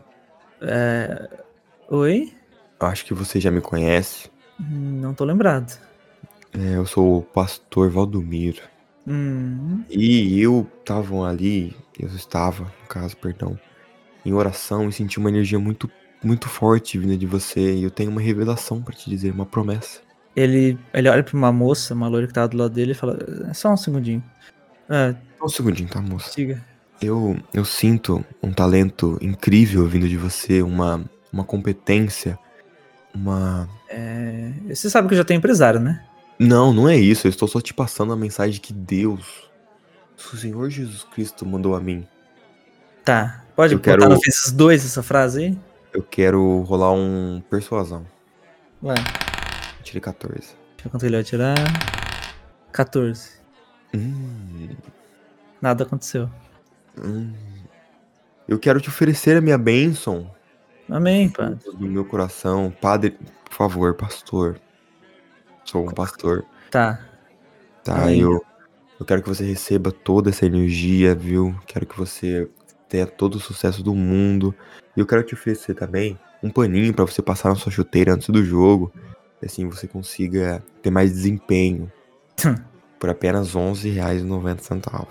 Speaker 1: Oi?
Speaker 2: Eu acho que você já me conhece.
Speaker 1: Hum, Não tô lembrado.
Speaker 2: É, eu sou o pastor Valdomiro.
Speaker 1: Hum,
Speaker 2: E eu estavam ali, eu estava, no caso, perdão, em oração e senti uma energia muito, muito forte vinda de você. E eu tenho uma revelação pra te dizer, uma promessa.
Speaker 1: ele, ele olha pra uma moça, uma loira que tava do lado dele e fala: "É Só um segundinho. Ah,
Speaker 2: Só um segundinho, tá, moça?
Speaker 1: siga.
Speaker 2: Eu, eu sinto um talento incrível vindo de você, uma, uma competência, uma.
Speaker 1: É, você sabe que eu já tenho empresário, né?
Speaker 2: Não, não é isso. Eu estou só te passando a mensagem que Deus, o Senhor Jesus Cristo, mandou a mim.
Speaker 1: Tá. Pode
Speaker 2: Eu
Speaker 1: botar
Speaker 2: quero-
Speaker 1: no esses dois essa frase aí?
Speaker 2: Eu quero rolar um persuasão.
Speaker 1: Vai.
Speaker 2: Eu Tirei 14.
Speaker 1: Deixa eu ver quanto ele vai tirar. 14.
Speaker 2: Hum,
Speaker 1: Nada aconteceu.
Speaker 2: hum. Eu quero te oferecer a minha bênção
Speaker 1: Amém, padre.
Speaker 2: do meu coração. Padre, por favor, pastor. Sou um pastor.
Speaker 1: Tá.
Speaker 2: Tá,
Speaker 1: Aí.
Speaker 2: eu, eu quero que você receba toda essa energia, viu? Quero que você tenha todo o sucesso do mundo. E eu quero te oferecer também um paninho pra você passar na sua chuteira antes do jogo. E assim você consiga ter mais
Speaker 1: (laughs)
Speaker 2: desempenho. por apenas R$ 11,90.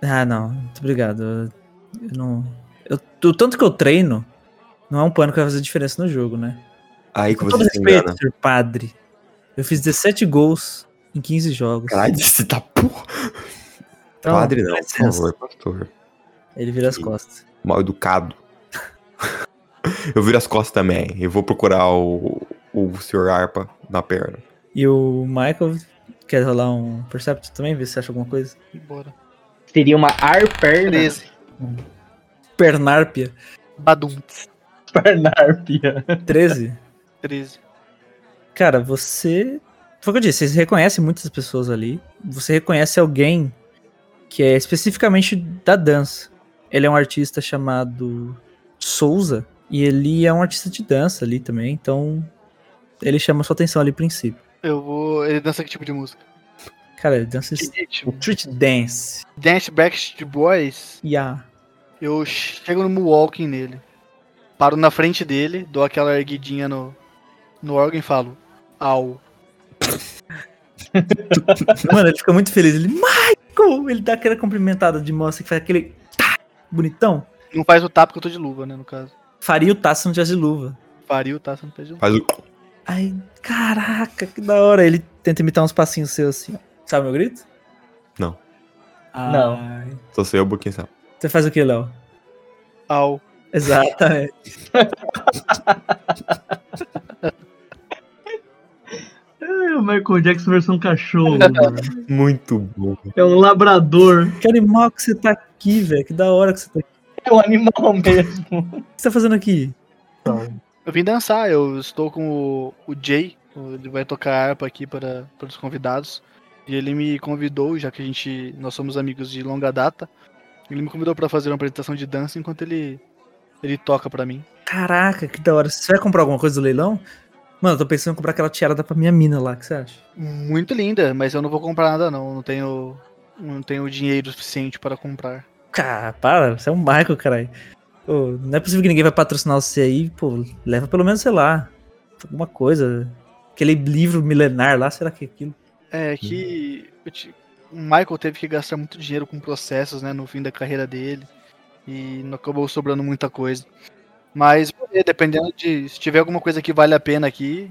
Speaker 1: Ah, não. Muito obrigado. Eu, eu não. eu- o tanto que eu treino não é um pano que vai fazer diferença no jogo, né?
Speaker 2: Aí que
Speaker 1: Com todo
Speaker 2: você se
Speaker 1: respeito,
Speaker 2: engana.
Speaker 1: senhor padre. Eu fiz 17 gols em 15 jogos.
Speaker 2: Caralho,
Speaker 1: (laughs)
Speaker 2: você tá porra.
Speaker 1: Então,
Speaker 2: Padre não, por
Speaker 1: licença.
Speaker 2: favor, pastor.
Speaker 1: Ele vira as costas.
Speaker 2: Mal educado. (laughs) eu viro as costas também. Eu vou procurar o, o senhor Arpa na perna.
Speaker 1: E o Michael quer rolar um Percept também, ver se você acha alguma coisa.
Speaker 3: Bora.
Speaker 4: Seria uma arperna. (laughs)
Speaker 3: 13.
Speaker 1: Pernárpia,
Speaker 3: Badum.
Speaker 4: Pernárpia.
Speaker 1: 13.
Speaker 2: (laughs)
Speaker 3: 13.
Speaker 1: Cara, você. Foi o que eu disse, você reconhece muitas pessoas ali. Você reconhece alguém que é especificamente da dança. Ele é um artista chamado Souza. E ele é um artista de dança ali também. Então. Ele chama sua atenção ali a princípio.
Speaker 3: Eu vou. Ele dança que tipo de música?
Speaker 1: Cara, ele dança
Speaker 3: Que ritmo?
Speaker 1: street dance.
Speaker 3: Dance Backstreet Boys,
Speaker 1: Yeah.
Speaker 3: eu chego no Milwaukee nele. Paro na frente dele, dou aquela erguidinha no, no órgão e falo. Au.
Speaker 1: Mano, ele fica muito feliz. Ele, Michael! Ele dá aquela cumprimentada de moça que faz aquele. tá, bonitão.
Speaker 3: Não faz o tapa que eu tô de luva, né? No caso.
Speaker 1: Faria o taço no jazz de luva.
Speaker 3: Pariu, tá? Você não pede luva.
Speaker 2: Faz o.
Speaker 1: Ai, caraca, que da hora. Ele tenta imitar uns passinhos seus assim. ó. Sabe meu grito?
Speaker 2: Não.
Speaker 1: Ai.
Speaker 4: Não.
Speaker 2: Só sei um assim, o boquinho, sabe?
Speaker 1: Você faz o que, Léo?
Speaker 3: Au.
Speaker 1: Exatamente.
Speaker 4: É o Michael Jackson versão cachorro.
Speaker 2: Muito bom.
Speaker 4: (laughs) é um labrador.
Speaker 1: (laughs) que animal que você tá aqui, velho. Que da hora que você tá aqui.
Speaker 4: É um animal mesmo.
Speaker 1: O que você tá fazendo aqui?
Speaker 3: Eu vim dançar, eu estou com o, o Jay, o- ele vai tocar harpa aqui para, para os convidados. E ele me convidou, já que a gente nós somos amigos de longa data. Ele me convidou para fazer uma apresentação de dança enquanto ele ele toca para mim.
Speaker 1: Caraca, que da hora. Você vai comprar alguma coisa do leilão? Mano, eu tô pensando em comprar aquela tiara pra minha mina lá. O que você acha?
Speaker 3: Muito linda, mas eu não vou comprar nada não, eu não tenho não tenho dinheiro suficiente para comprar.
Speaker 1: Cara, para. Você é um Michael, caralho. Ô, não é possível que ninguém vai patrocinar você aí. Pô, leva pelo menos, sei lá, alguma coisa. Aquele livro milenar lá, será que é aquilo?
Speaker 3: É que eu te- o Michael teve que gastar muito dinheiro com processos, né, no fim da carreira dele. E não acabou sobrando muita coisa. Mas vou ver, dependendo de. Se tiver alguma coisa que vale a pena aqui.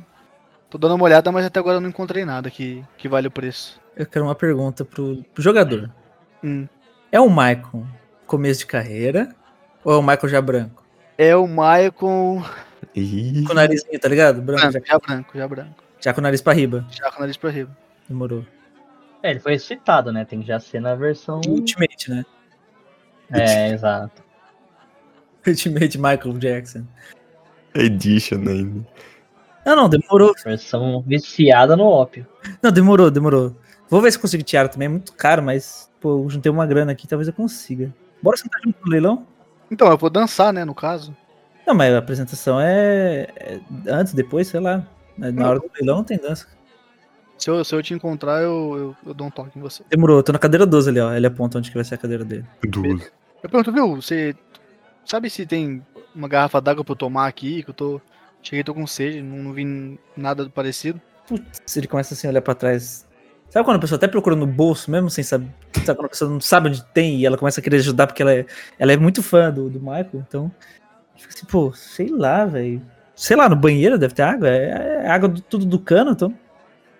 Speaker 3: Tô dando uma olhada, mas até agora eu não encontrei nada que, que vale o preço.
Speaker 1: Eu quero uma pergunta pro, pro jogador.
Speaker 3: Hum.
Speaker 1: É o Maicon começo de carreira ou é o Maicon já branco?
Speaker 3: É o Michael.
Speaker 2: Ih,
Speaker 1: Com o narizinho, tá ligado? Branco, já,
Speaker 3: Branco, já branco, já branco.
Speaker 1: já com o nariz pra riba.
Speaker 3: Já com o nariz pra riba.
Speaker 1: Demorou.
Speaker 4: É, ele foi excitado, né? Tem que já ser na versão.
Speaker 1: Ultimate, né? (laughs)
Speaker 4: É, exato.
Speaker 1: Ultimate Michael Jackson.
Speaker 2: edition ainda.
Speaker 1: Ah, não, demorou.
Speaker 4: Versão viciada no ópio.
Speaker 1: Não, demorou, demorou. Vou ver se eu consigo tiara também. É muito caro, mas, pô, eu juntei uma grana aqui, talvez eu consiga. Bora sentar junto no leilão?
Speaker 3: Então, eu vou dançar, né, no caso.
Speaker 1: Não, mas a apresentação é, é antes, depois, sei lá. Na- Na hora do leilão não tem dança.
Speaker 3: Se eu, se eu te encontrar, eu, eu, eu dou um toque em você.
Speaker 1: Demorou, eu tô na cadeira 12 ali, ó. Ele aponta onde que vai ser a cadeira dele.
Speaker 2: Duas.
Speaker 3: Eu pergunto, viu, você sabe se tem uma garrafa d'água pra eu tomar aqui? Que eu tô. Cheguei, tô com sede, não, não vi nada do parecido.
Speaker 1: se ele começa assim a olhar pra trás. Sabe quando a pessoa até procura no bolso, mesmo sem saber? Sabe quando a pessoa não sabe onde tem e ela começa a querer ajudar porque ela é, ela é muito fã do, do Michael? Então, fica assim, pô, sei lá, velho. Sei lá, no banheiro deve ter água. É, é água do, tudo do cano, então.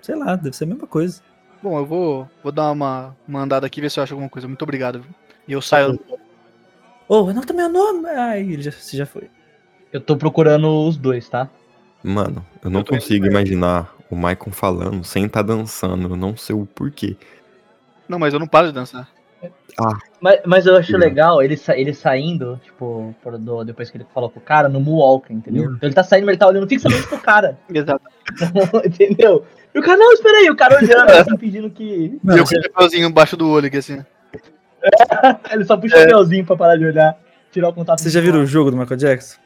Speaker 1: Sei lá, deve ser a mesma coisa.
Speaker 3: Bom, eu vou, vou dar uma mandada aqui, ver se eu acho alguma coisa. Muito obrigado. viu? E eu saio.
Speaker 1: Ô, oh, anota meu nome! Ai, ele já, você já foi.
Speaker 4: Eu tô procurando os dois, tá?
Speaker 2: Mano, eu não
Speaker 3: Eu tô indo
Speaker 2: consigo
Speaker 3: pra ele.
Speaker 2: imaginar o Maicon falando sem estar dançando. Eu não sei o porquê.
Speaker 3: Não, mas eu não paro de dançar.
Speaker 4: Mas, mas eu acho
Speaker 2: Uhum.
Speaker 4: legal ele, sa- ele saindo, tipo, pro- do- depois que ele falou com o cara, no Moonwalker, entendeu?
Speaker 1: Uhum.
Speaker 4: Então ele tá saindo, mas ele tá olhando fixamente pro cara, (laughs)
Speaker 3: Exato.
Speaker 4: entendeu? E o cara, não, espera aí, o cara olhando, assim, fingindo que...
Speaker 3: E eu com o chapéuzinho embaixo do olho aqui, assim.
Speaker 4: Ele só puxa o chapéuzinho pra parar de olhar, tirar o contato.
Speaker 1: É. Você já virou o jogo do Michael Jackson?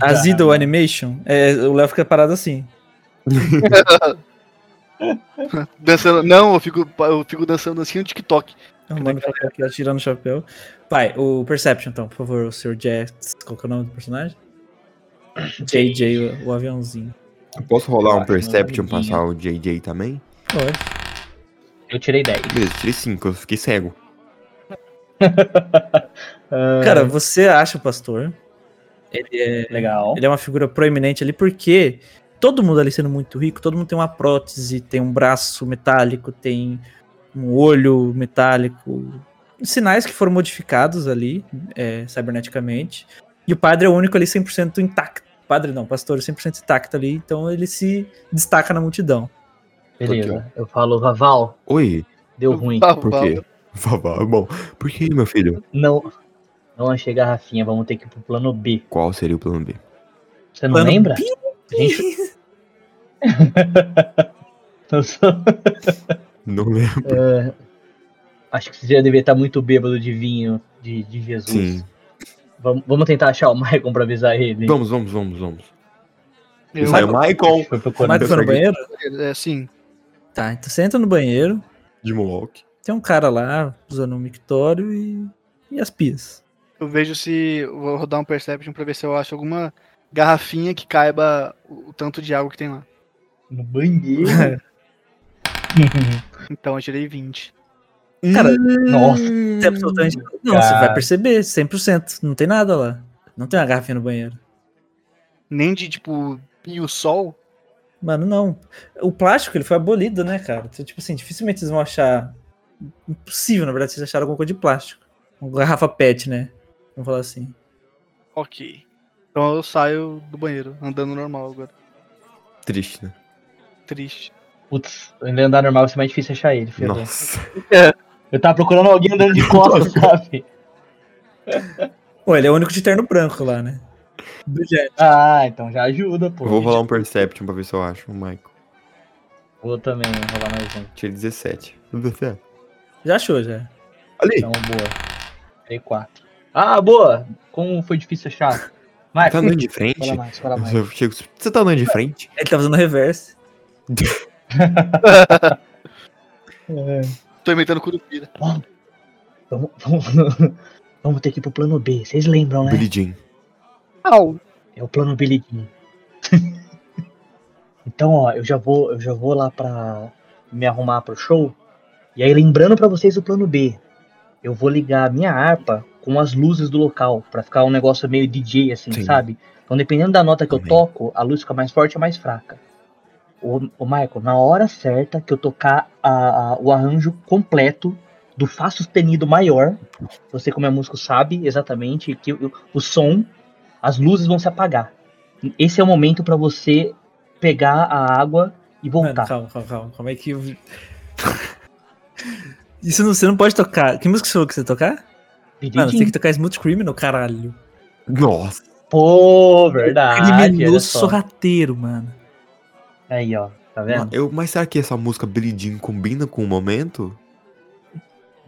Speaker 1: A Zido
Speaker 4: né?
Speaker 1: Animation, é, o Léo fica parado assim.
Speaker 3: Dançando. Não, eu fico, eu fico dançando assim no TikTok.
Speaker 1: Arrumando o chapéu aqui, atirando o chapéu. Pai, o Perception, então, por favor, o Sr. Jax. Qual que é o nome do personagem? JJ, o, o aviãozinho.
Speaker 2: Eu posso rolar um
Speaker 4: acho uma
Speaker 2: Perception
Speaker 4: doidinha.
Speaker 2: passar o JJ também?
Speaker 1: Olha,
Speaker 4: Eu tirei 10.
Speaker 2: Beleza, tirei 5, eu fiquei cego.
Speaker 1: Cara, você acha o pastor. Ele é,
Speaker 4: Legal.
Speaker 1: ele é uma figura proeminente ali porque todo mundo ali sendo muito rico, todo mundo tem uma prótese, tem um braço metálico, tem um olho metálico. Sinais que foram modificados ali, é, ciberneticamente. E o padre é o único ali 100% intacto. Padre não, pastor 100% intacto ali, então ele se destaca na multidão.
Speaker 4: Beleza. Eu falo, Vaval,
Speaker 2: Oi,
Speaker 4: deu ruim.
Speaker 2: por (laughs) quê? Vavá, bom, por que, meu filho?
Speaker 4: Não. Não achei garrafinha, vamos ter que ir pro plano B.
Speaker 2: Qual seria o plano B?
Speaker 4: Você não
Speaker 1: Plano
Speaker 4: lembra?
Speaker 1: B.
Speaker 4: A gente- (laughs) Eu sou-
Speaker 2: Não lembro.
Speaker 4: é, Acho que você já devia estar muito bêbado de vinho de, de Jesus.
Speaker 2: Sim.
Speaker 4: Vamos, vamos tentar achar o Michael pra avisar ele.
Speaker 2: Vamos, vamos, vamos, vamos.
Speaker 3: Eu,
Speaker 2: Saiu o Michael
Speaker 4: Foi
Speaker 1: O
Speaker 4: procurar.
Speaker 1: Mario foi no banheiro?
Speaker 3: é, sim.
Speaker 1: Tá, então você entra no banheiro,
Speaker 2: de Mohawk.
Speaker 1: tem um cara lá usando um mictório e, e as pias.
Speaker 3: Eu vejo se. eu Vou rodar um Perception pra ver se eu acho alguma garrafinha que caiba o o tanto de água que tem lá.
Speaker 4: No banheiro?
Speaker 1: (laughs)
Speaker 3: Então eu tirei 20. Hum.
Speaker 1: Cara,
Speaker 4: Nossa.
Speaker 1: Você é absolutamente. Não, você
Speaker 4: cara.
Speaker 1: vai perceber, 100%. Não tem nada lá. Não tem uma garrafinha no banheiro.
Speaker 3: Nem de tipo. E o sol?
Speaker 1: Mano, não. O plástico, ele foi abolido, né, cara? Então, tipo assim, dificilmente vocês vão achar. Impossível, na verdade, vocês acharam alguma coisa de plástico. Uma garrafa PET, né? Vamos falar assim.
Speaker 3: Ok. Então eu saio do banheiro, andando normal agora.
Speaker 2: Triste, né?
Speaker 3: Triste.
Speaker 4: Putz, ainda andar normal vai ser mais difícil achar ele. ferrou.
Speaker 2: Nossa.
Speaker 4: Eu tava procurando alguém
Speaker 2: (laughs)
Speaker 4: andando de costas, sabe?
Speaker 1: Pô, ele é o único de terno branco lá, né? Do Jet.
Speaker 4: Ah, então já ajuda, pô.
Speaker 2: Eu vou rolar um Perception pra ver se eu acho o Michael.
Speaker 4: Vou também rolar mais um.
Speaker 2: Tirei 17. 17.
Speaker 1: Já achou, já.
Speaker 2: Ali!
Speaker 4: Então, boa. Tirei quatro. Ah, boa! Como foi difícil achar?
Speaker 2: tá
Speaker 4: Michael,
Speaker 2: andando de frente?
Speaker 4: fala mais, fala mais.
Speaker 2: Eu chego, você tá andando de frente?
Speaker 1: Ele tá fazendo reverse.
Speaker 3: Tô imitando Curupira.
Speaker 4: É, Vamos, (laughs) vamos- vamos ter que ir pro plano B. Vocês lembram, né?
Speaker 2: Billy Jean.
Speaker 3: Au!
Speaker 4: É o plano Billy Jean. (laughs) então, ó, eu já vou, eu já vou lá pra me arrumar pro show. E aí, lembrando pra vocês o plano B, eu vou ligar a minha harpa com as luzes do local pra ficar um negócio meio DJ assim,
Speaker 2: Sim.
Speaker 4: sabe? Então, dependendo da nota que eu
Speaker 2: Também.
Speaker 4: toco, a luz fica mais forte ou mais fraca. Ô, ô, Michael, na hora certa que eu tocar a- a- o arranjo completo do Fá sustenido maior,
Speaker 2: Uhum.
Speaker 4: você como é músico sabe exatamente que o- o som as luzes vão se apagar. Esse é o momento pra você pegar a água e
Speaker 1: Mano,
Speaker 4: voltar.
Speaker 1: calma, calma, calma. Calma aí que. eu- (laughs) Isso não, você não pode tocar. Que música você falou que você ia tocar?
Speaker 4: Billie
Speaker 1: Mano, você tem
Speaker 4: Jean.
Speaker 1: que tocar Smooth Criminal, caralho.
Speaker 2: Nossa.
Speaker 4: Pô, verdade. olha
Speaker 1: Criminoso
Speaker 4: só.
Speaker 1: sorrateiro, mano.
Speaker 4: Aí, ó. Tá
Speaker 3: É.
Speaker 4: vendo?
Speaker 2: Eu, mas será que essa música Billy Jean combina com o momento?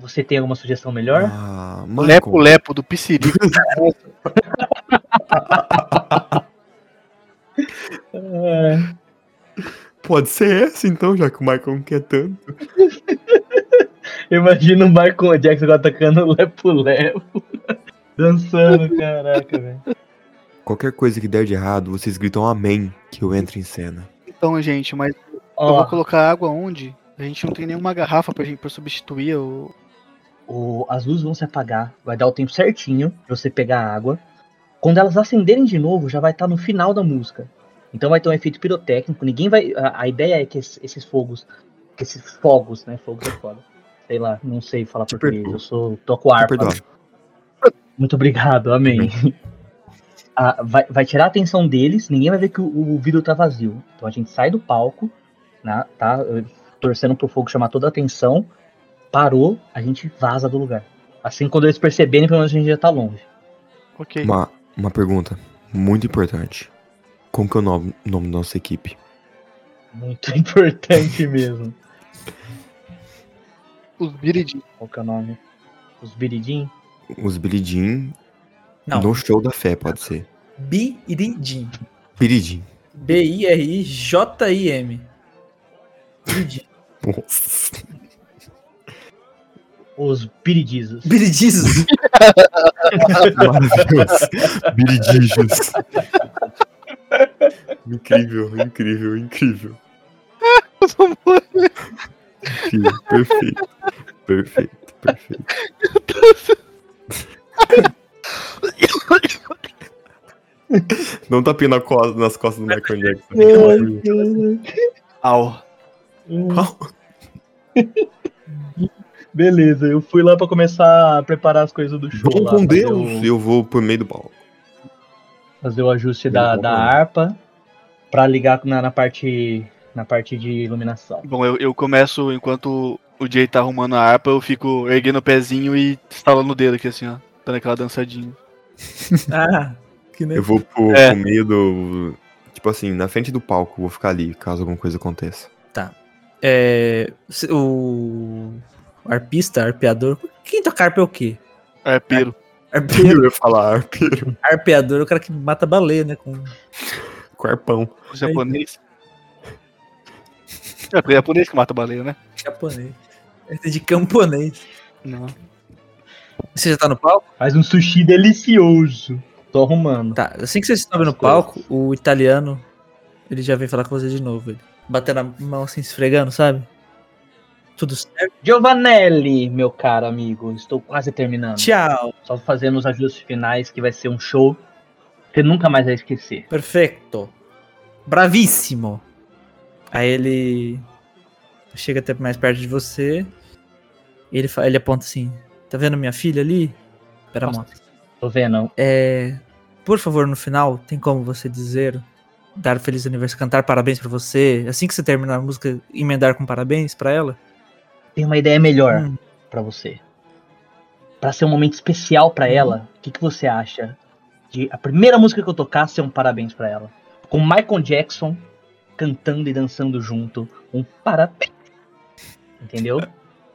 Speaker 4: Você tem alguma sugestão melhor?
Speaker 2: Ah,
Speaker 3: Lepo
Speaker 2: Michael.
Speaker 3: Lepo do Piscirico.
Speaker 1: Ah.
Speaker 4: É.
Speaker 2: Pode ser essa então, já que o Michael não quer tanto.
Speaker 4: É, Imagina o Michael Jackson agora tocando lepo-lepo. (laughs) Dançando, caraca, velho.
Speaker 2: Qualquer coisa que der de errado, vocês gritam amém que eu entro em cena.
Speaker 3: (laughs) Então, gente, mas eu vou
Speaker 4: Ó,
Speaker 3: colocar água onde? A gente não tem nenhuma garrafa pra, gente, pra substituir o.
Speaker 4: o- as luzes vão se apagar. Vai dar o tempo certinho pra você pegar a água. Quando elas acenderem de novo, já vai estar no final da música. Então vai ter um efeito pirotécnico. Ninguém vai. A, a ideia é que es- esses, fogos. Que esses fogos, né? Fogos é foda. Sei lá, não sei falar
Speaker 2: Te
Speaker 4: português.
Speaker 2: perdoo.
Speaker 4: Eu sou. toco
Speaker 2: Tá
Speaker 4: harpa.
Speaker 2: perdoado.
Speaker 4: Muito obrigado, amém. (laughs) Ah, vai, vai tirar a atenção deles, ninguém vai ver que o, o vidro tá vazio. Então a gente sai do palco, né, tá? eh, Torcendo pro fogo chamar toda a atenção. Parou, a gente vaza do lugar. Assim quando eles perceberem, pelo menos a gente já tá longe.
Speaker 3: Ok.
Speaker 2: Uma, uma pergunta muito importante. Como que é o nome, nome da nossa equipe?
Speaker 4: Muito (laughs) importante mesmo.
Speaker 3: Os Biridin.
Speaker 4: Qual que é o nome? Os Biridim?
Speaker 2: Os Billy Jean
Speaker 1: Não.
Speaker 2: no show da fé, pode ser.
Speaker 1: Biridin.
Speaker 2: Billy Jean.
Speaker 1: B-I-R-I-J-I-M. Biridin.
Speaker 2: Nossa.
Speaker 4: Os Biridizos.
Speaker 1: Biridizos.
Speaker 2: Maravilhoso. Biridijos. incrível, incrível, incrível. incrível. Perfeito. Perfeito, perfeito. Não tá tapinha na costa, nas costas do Michael Jackson.
Speaker 3: Au.
Speaker 4: Beleza, eu fui lá pra começar a preparar as coisas do show.
Speaker 2: Bom
Speaker 4: lá,
Speaker 2: com
Speaker 4: fazer
Speaker 2: Deus,
Speaker 4: o-
Speaker 2: eu vou por meio do palco.
Speaker 4: fazer o ajuste da,
Speaker 2: Bom com
Speaker 4: da
Speaker 2: Deus.
Speaker 4: harpa pra ligar na, na parte na parte de iluminação.
Speaker 3: Bom, eu, eu começo enquanto o Jay tá arrumando a harpa, eu fico erguendo o pezinho e estalando o dedo aqui assim, ó. Dando aquela dançadinha.
Speaker 1: (laughs) Ah, que nem.
Speaker 2: Eu vou por,
Speaker 3: É.
Speaker 2: por meio do. Tipo assim, na frente do palco, vou ficar ali, caso alguma coisa aconteça.
Speaker 1: É, se- o arpista, arpeador. Quem toca harpa é o quê?
Speaker 3: Arpeiro.
Speaker 1: Arpeiro,
Speaker 2: (laughs) Eu ia falar (laughs) arpeiro,
Speaker 1: arpeador é o cara que mata baleia, né? Com...
Speaker 2: corpão.
Speaker 3: Japonês. É, porque é japonês que mata baleia, né?
Speaker 1: Japonês. Esse de camponês.
Speaker 3: Não.
Speaker 1: Você já tá no palco?
Speaker 4: Faz um sushi delicioso. Tô arrumando.
Speaker 1: Tá. Assim que você sobe no
Speaker 4: As coisas.
Speaker 1: palco, o italiano, ele já vem falar com você de novo. Ele. Batendo a mão assim, esfregando, sabe? Tudo certo?
Speaker 4: Giovanelli, meu caro amigo, estou quase terminando.
Speaker 1: Tchau.
Speaker 4: Só fazendo os ajustes finais que vai ser um show que nunca mais vai esquecer.
Speaker 1: Perfeito. Bravíssimo. Aí ele chega até mais perto de você. E ele, fa- ele aponta assim: Tá vendo minha filha ali? Pera,
Speaker 4: Nossa.
Speaker 1: moto.
Speaker 4: Tô vendo.
Speaker 1: É, por favor, no final, tem como você dizer, dar feliz aniversário, cantar parabéns pra você, assim que você terminar a música, emendar com parabéns pra ela?
Speaker 4: Tem uma ideia melhor
Speaker 1: Hum.
Speaker 4: pra você. Pra ser um momento especial
Speaker 1: Hum.
Speaker 4: pra ela, o que, que você acha de a primeira música que eu tocar ser um parabéns pra ela? Com Michael Jackson cantando e dançando junto, um parabéns. Entendeu?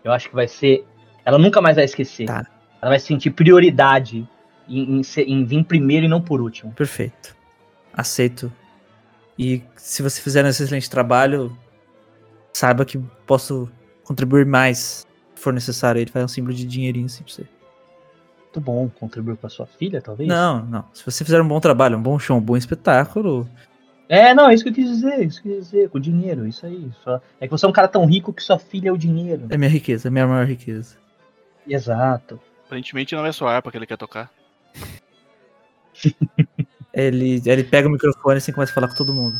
Speaker 4: Eu acho que vai ser. Ela nunca mais vai esquecer.
Speaker 1: Tá.
Speaker 4: Ela vai sentir prioridade em, em ser- em vir primeiro e não por último.
Speaker 1: Perfeito. Aceito. E se você fizer um excelente trabalho, saiba que posso contribuir mais se for necessário. Ele faz um símbolo de dinheirinho assim pra você.
Speaker 4: Muito bom contribuir com a sua filha, talvez?
Speaker 1: Não, não. Se você fizer um bom trabalho, um bom show, um bom espetáculo,
Speaker 4: É, não, é isso que eu quis dizer, isso que eu quis dizer, com dinheiro, isso aí. só- É que você é um cara tão rico que sua filha é o dinheiro.
Speaker 1: é minha riqueza, é minha maior riqueza.
Speaker 4: Exato.
Speaker 3: Aparentemente não é só a harpa que ele quer tocar.
Speaker 1: Ele, ele pega o microfone assim e começa a falar com todo mundo.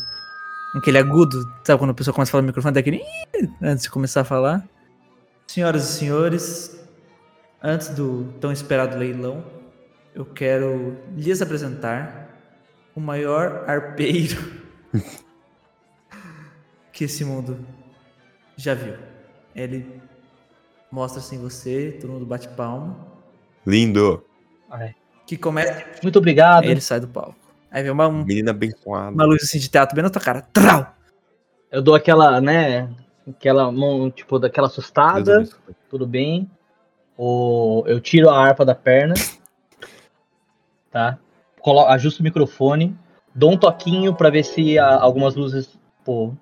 Speaker 1: Aquele é agudo, sabe quando a pessoa começa a falar no microfone, daquele "Ih", antes de começar a falar. Senhoras e senhores, antes do tão esperado leilão, eu quero lhes apresentar o maior arpeiro (laughs) que esse mundo já viu. Ele mostra assim você, todo mundo bate palma,
Speaker 2: Lindo.
Speaker 4: É.
Speaker 1: que começa
Speaker 4: Muito obrigado.
Speaker 1: ele sai do palco. Aí vem uma, um
Speaker 2: Menina abençoada.
Speaker 1: uma luz assim de teatro bem na tua cara. Trau!
Speaker 4: Eu dou aquela, né, aquela mão, tipo, daquela
Speaker 2: Deus
Speaker 4: assustada,
Speaker 2: abençoe.
Speaker 4: tudo bem. Ou eu tiro a harpa da perna, tá? Colo ajusto o microfone, dou um toquinho pra ver se a- algumas luzes, pô,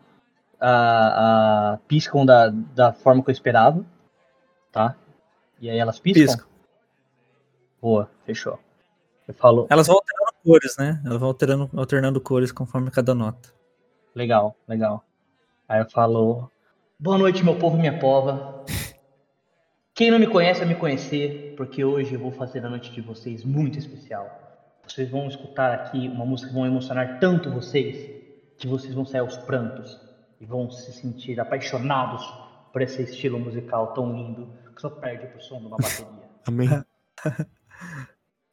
Speaker 4: a, a- piscam da, da forma que eu esperava, tá? E aí elas piscam?
Speaker 1: Pisco.
Speaker 4: Boa, fechou. Eu falo,
Speaker 1: Elas vão alterando cores, né? Elas vão alterando, alternando cores conforme cada nota.
Speaker 4: legal, legal. Aí eu falo, boa noite, meu povo e minha pova. Quem não me conhece, vai me conhecer, porque hoje eu vou fazer a noite de vocês muito especial. Vocês vão escutar aqui uma música que vão emocionar tanto vocês, que vocês vão sair aos prantos e vão se sentir apaixonados por esse estilo musical tão lindo que só perde pro som de uma bateria.
Speaker 2: Amém.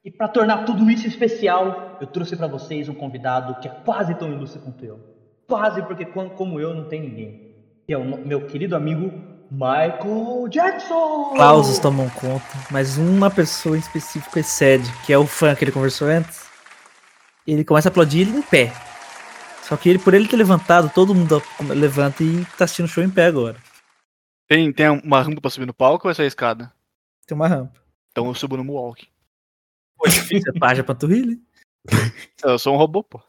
Speaker 4: E para tornar tudo isso especial, eu trouxe para vocês um convidado que é quase tão ilustre quanto eu. Quase porque quan- como eu não tem ninguém. Que é o no- meu querido amigo Michael Jackson.
Speaker 1: Aplausos tomam conta, mas uma pessoa em específico excede, que é o fã que ele conversou antes. Ele começa a aplaudir ele em pé. Só que ele, por ele ter levantado, todo mundo levanta e tá assistindo o show em pé agora.
Speaker 3: Tem, tem uma rampa pra subir no palco ou é só a escada?
Speaker 1: Tem uma rampa.
Speaker 3: Então eu subo no Milwaukee.
Speaker 1: Pô, difícil. É (laughs) página panturrilha.
Speaker 3: Eu sou um robô, pô.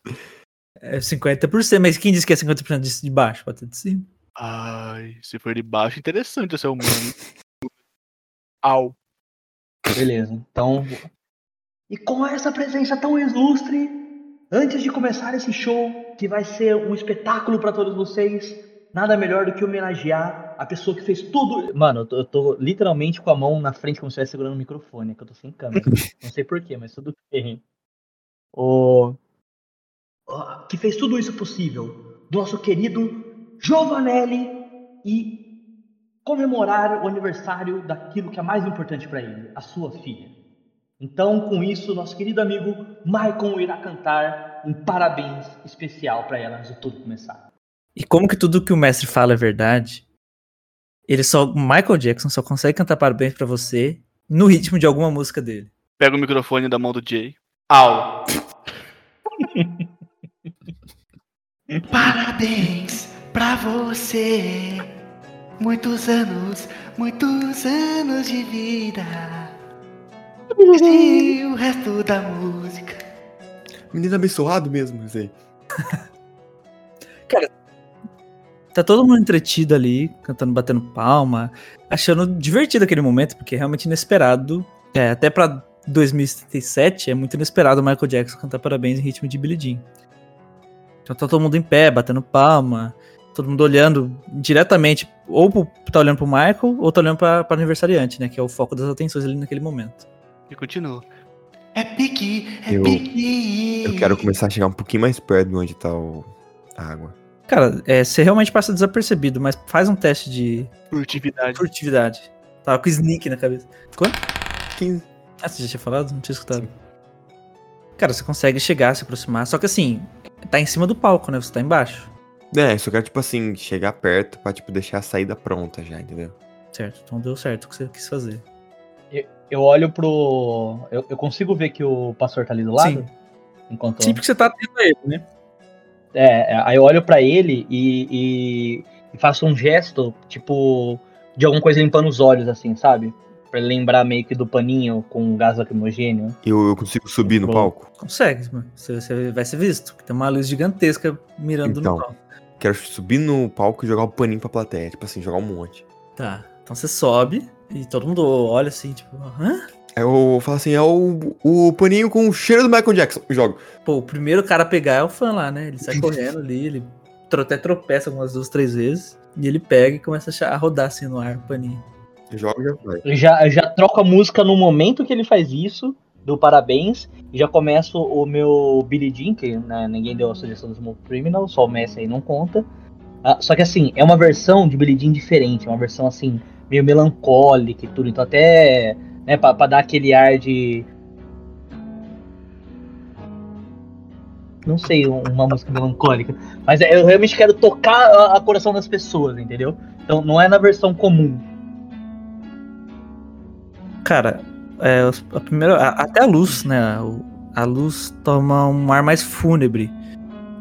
Speaker 1: É 50%, mas quem disse que é 50% de- de baixo? Pode ser de cima.
Speaker 3: Ai, se for de baixo, interessante eu ser humano. Au.
Speaker 4: Beleza, então. E com essa presença tão ilustre, antes de começar esse show, que vai ser um espetáculo pra todos vocês, nada melhor do que homenagear a pessoa que fez tudo. Mano, eu tô, eu tô literalmente com a mão na frente, como se eu estivesse segurando o é (laughs) microfone, que eu tô sem câmera. Não sei porquê, mas tudo bem. O... ah, que fez tudo isso possível, nosso querido Giovanelli, e comemorar o aniversário daquilo que é mais importante para ele, a sua filha. Então, com isso, nosso querido amigo Maicon irá cantar um parabéns especial para ela antes de tudo começar.
Speaker 1: E como que tudo que o mestre fala é verdade? Ele só, Michael Jackson só consegue cantar parabéns pra você no ritmo de alguma música dele.
Speaker 3: Pega o microfone da mão do Jay. Au!
Speaker 5: Parabéns pra você. Muitos anos, muitos anos de vida. E o resto da música.
Speaker 2: Menino abençoado mesmo, isso aí.
Speaker 1: Tá todo mundo entretido ali, cantando, batendo palma, achando divertido aquele momento, porque é realmente inesperado. É, até pra 2077 é muito inesperado o Michael Jackson cantar parabéns em ritmo de Billie Jean. Então tá todo mundo em pé, batendo palma, todo mundo olhando diretamente, ou pro, tá olhando pro Michael, ou tá olhando pra, pra aniversariante, né? Que é o foco das atenções ali naquele momento.
Speaker 3: E continua.
Speaker 5: É pique, é
Speaker 2: Eu-
Speaker 5: pique.
Speaker 2: Eu quero começar a chegar um pouquinho mais perto de onde tá o... a água.
Speaker 1: Cara, é, você realmente passa desapercebido, mas faz um teste de
Speaker 3: Furtividade.
Speaker 1: furtividade. Tava com sneak na cabeça.
Speaker 2: Quem-
Speaker 1: Ah, você já tinha falado? Não tinha escutado. Cara, você consegue chegar, se aproximar, só que assim, tá em cima do palco, né? Você tá embaixo.
Speaker 2: É, eu só quero, tipo assim, chegar perto pra, tipo, deixar a saída pronta já, entendeu?
Speaker 1: Certo, então deu certo o que você quis fazer.
Speaker 4: Eu olho pro. Eu, eu consigo ver que o pastor tá ali do
Speaker 1: Sim.
Speaker 4: lado? Enquanto.
Speaker 1: Sim, porque você tá atento a ele, né?
Speaker 4: É, é, aí eu olho pra ele e, e- e faço um gesto, tipo, de alguma coisa limpando os olhos, assim, sabe? Pra ele lembrar meio que do paninho com gás lacrimogêneo.
Speaker 2: Eu, eu consigo subir no
Speaker 1: Bom.
Speaker 2: palco?
Speaker 1: Consegue, mano. Você, você vai ser visto, porque tem uma luz gigantesca mirando
Speaker 2: Então.
Speaker 1: no palco.
Speaker 2: Quero subir no palco e jogar o paninho pra plateia, tipo assim, jogar um monte.
Speaker 1: Tá, então você sobe e todo mundo olha assim, tipo, hã?
Speaker 2: Aí eu falo assim, é o, o paninho com o cheiro do Michael Jackson. Eu Jogo.
Speaker 1: Pô, o primeiro cara a pegar é o fã lá, né? Ele sai correndo ali, ele tro- até tropeça algumas duas, três vezes, e ele pega e começa a cha- a rodar assim no ar, o paninho.
Speaker 2: Eu jogo e já vai.
Speaker 4: Eu Já, eu já troco a música no momento que ele faz isso, do parabéns, e já começo o meu Billy Jean, que né, ninguém deu a sugestão do Smooth Criminal, só o Messi aí não conta. Ah, só que assim, é uma versão de Billy Jean diferente, é uma versão assim, meio melancólica e tudo, então até, né, pra, pra dar aquele ar de... Não sei, um- uma música melancólica, mas é, eu realmente quero tocar a, a coração das pessoas, entendeu? Então não é na versão comum.
Speaker 1: Cara, é, os- a primeira, a- até a luz, né? o- A luz toma um ar mais fúnebre,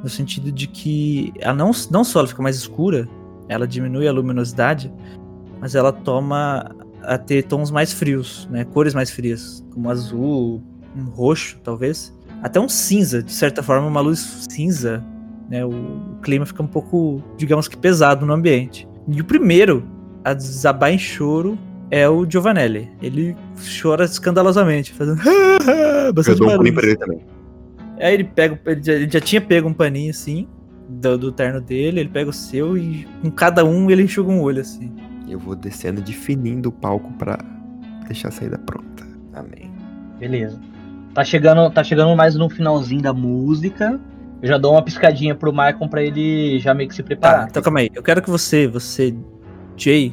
Speaker 1: no sentido de que ela não, não só ela fica mais escura, ela diminui a luminosidade, mas ela toma a ter tons mais frios, né? Cores mais frias, como azul, um roxo, talvez, até um cinza, de certa forma, uma luz cinza, né? O, o clima fica um pouco, digamos que pesado no ambiente. E o primeiro a desabar em choro é o Giovanelli. Ele chora escandalosamente, fazendo. (laughs)
Speaker 2: Eu
Speaker 1: bastante
Speaker 2: dou um paninho
Speaker 1: barulho.
Speaker 2: pra ele também.
Speaker 1: Aí ele pega, ele já, ele já tinha pego um paninho assim, do, do terno dele, ele pega o seu e com cada um ele enxuga um olho assim.
Speaker 2: Eu vou descendo de fininho do palco pra deixar a saída pronta. Amém.
Speaker 4: Beleza. Tá chegando, tá chegando mais no finalzinho da música. Eu já dou uma piscadinha pro Maicon pra ele já meio que se
Speaker 1: Tá,
Speaker 3: Ah,
Speaker 4: preparar.
Speaker 1: então calma aí. Eu quero que você, você, Jay,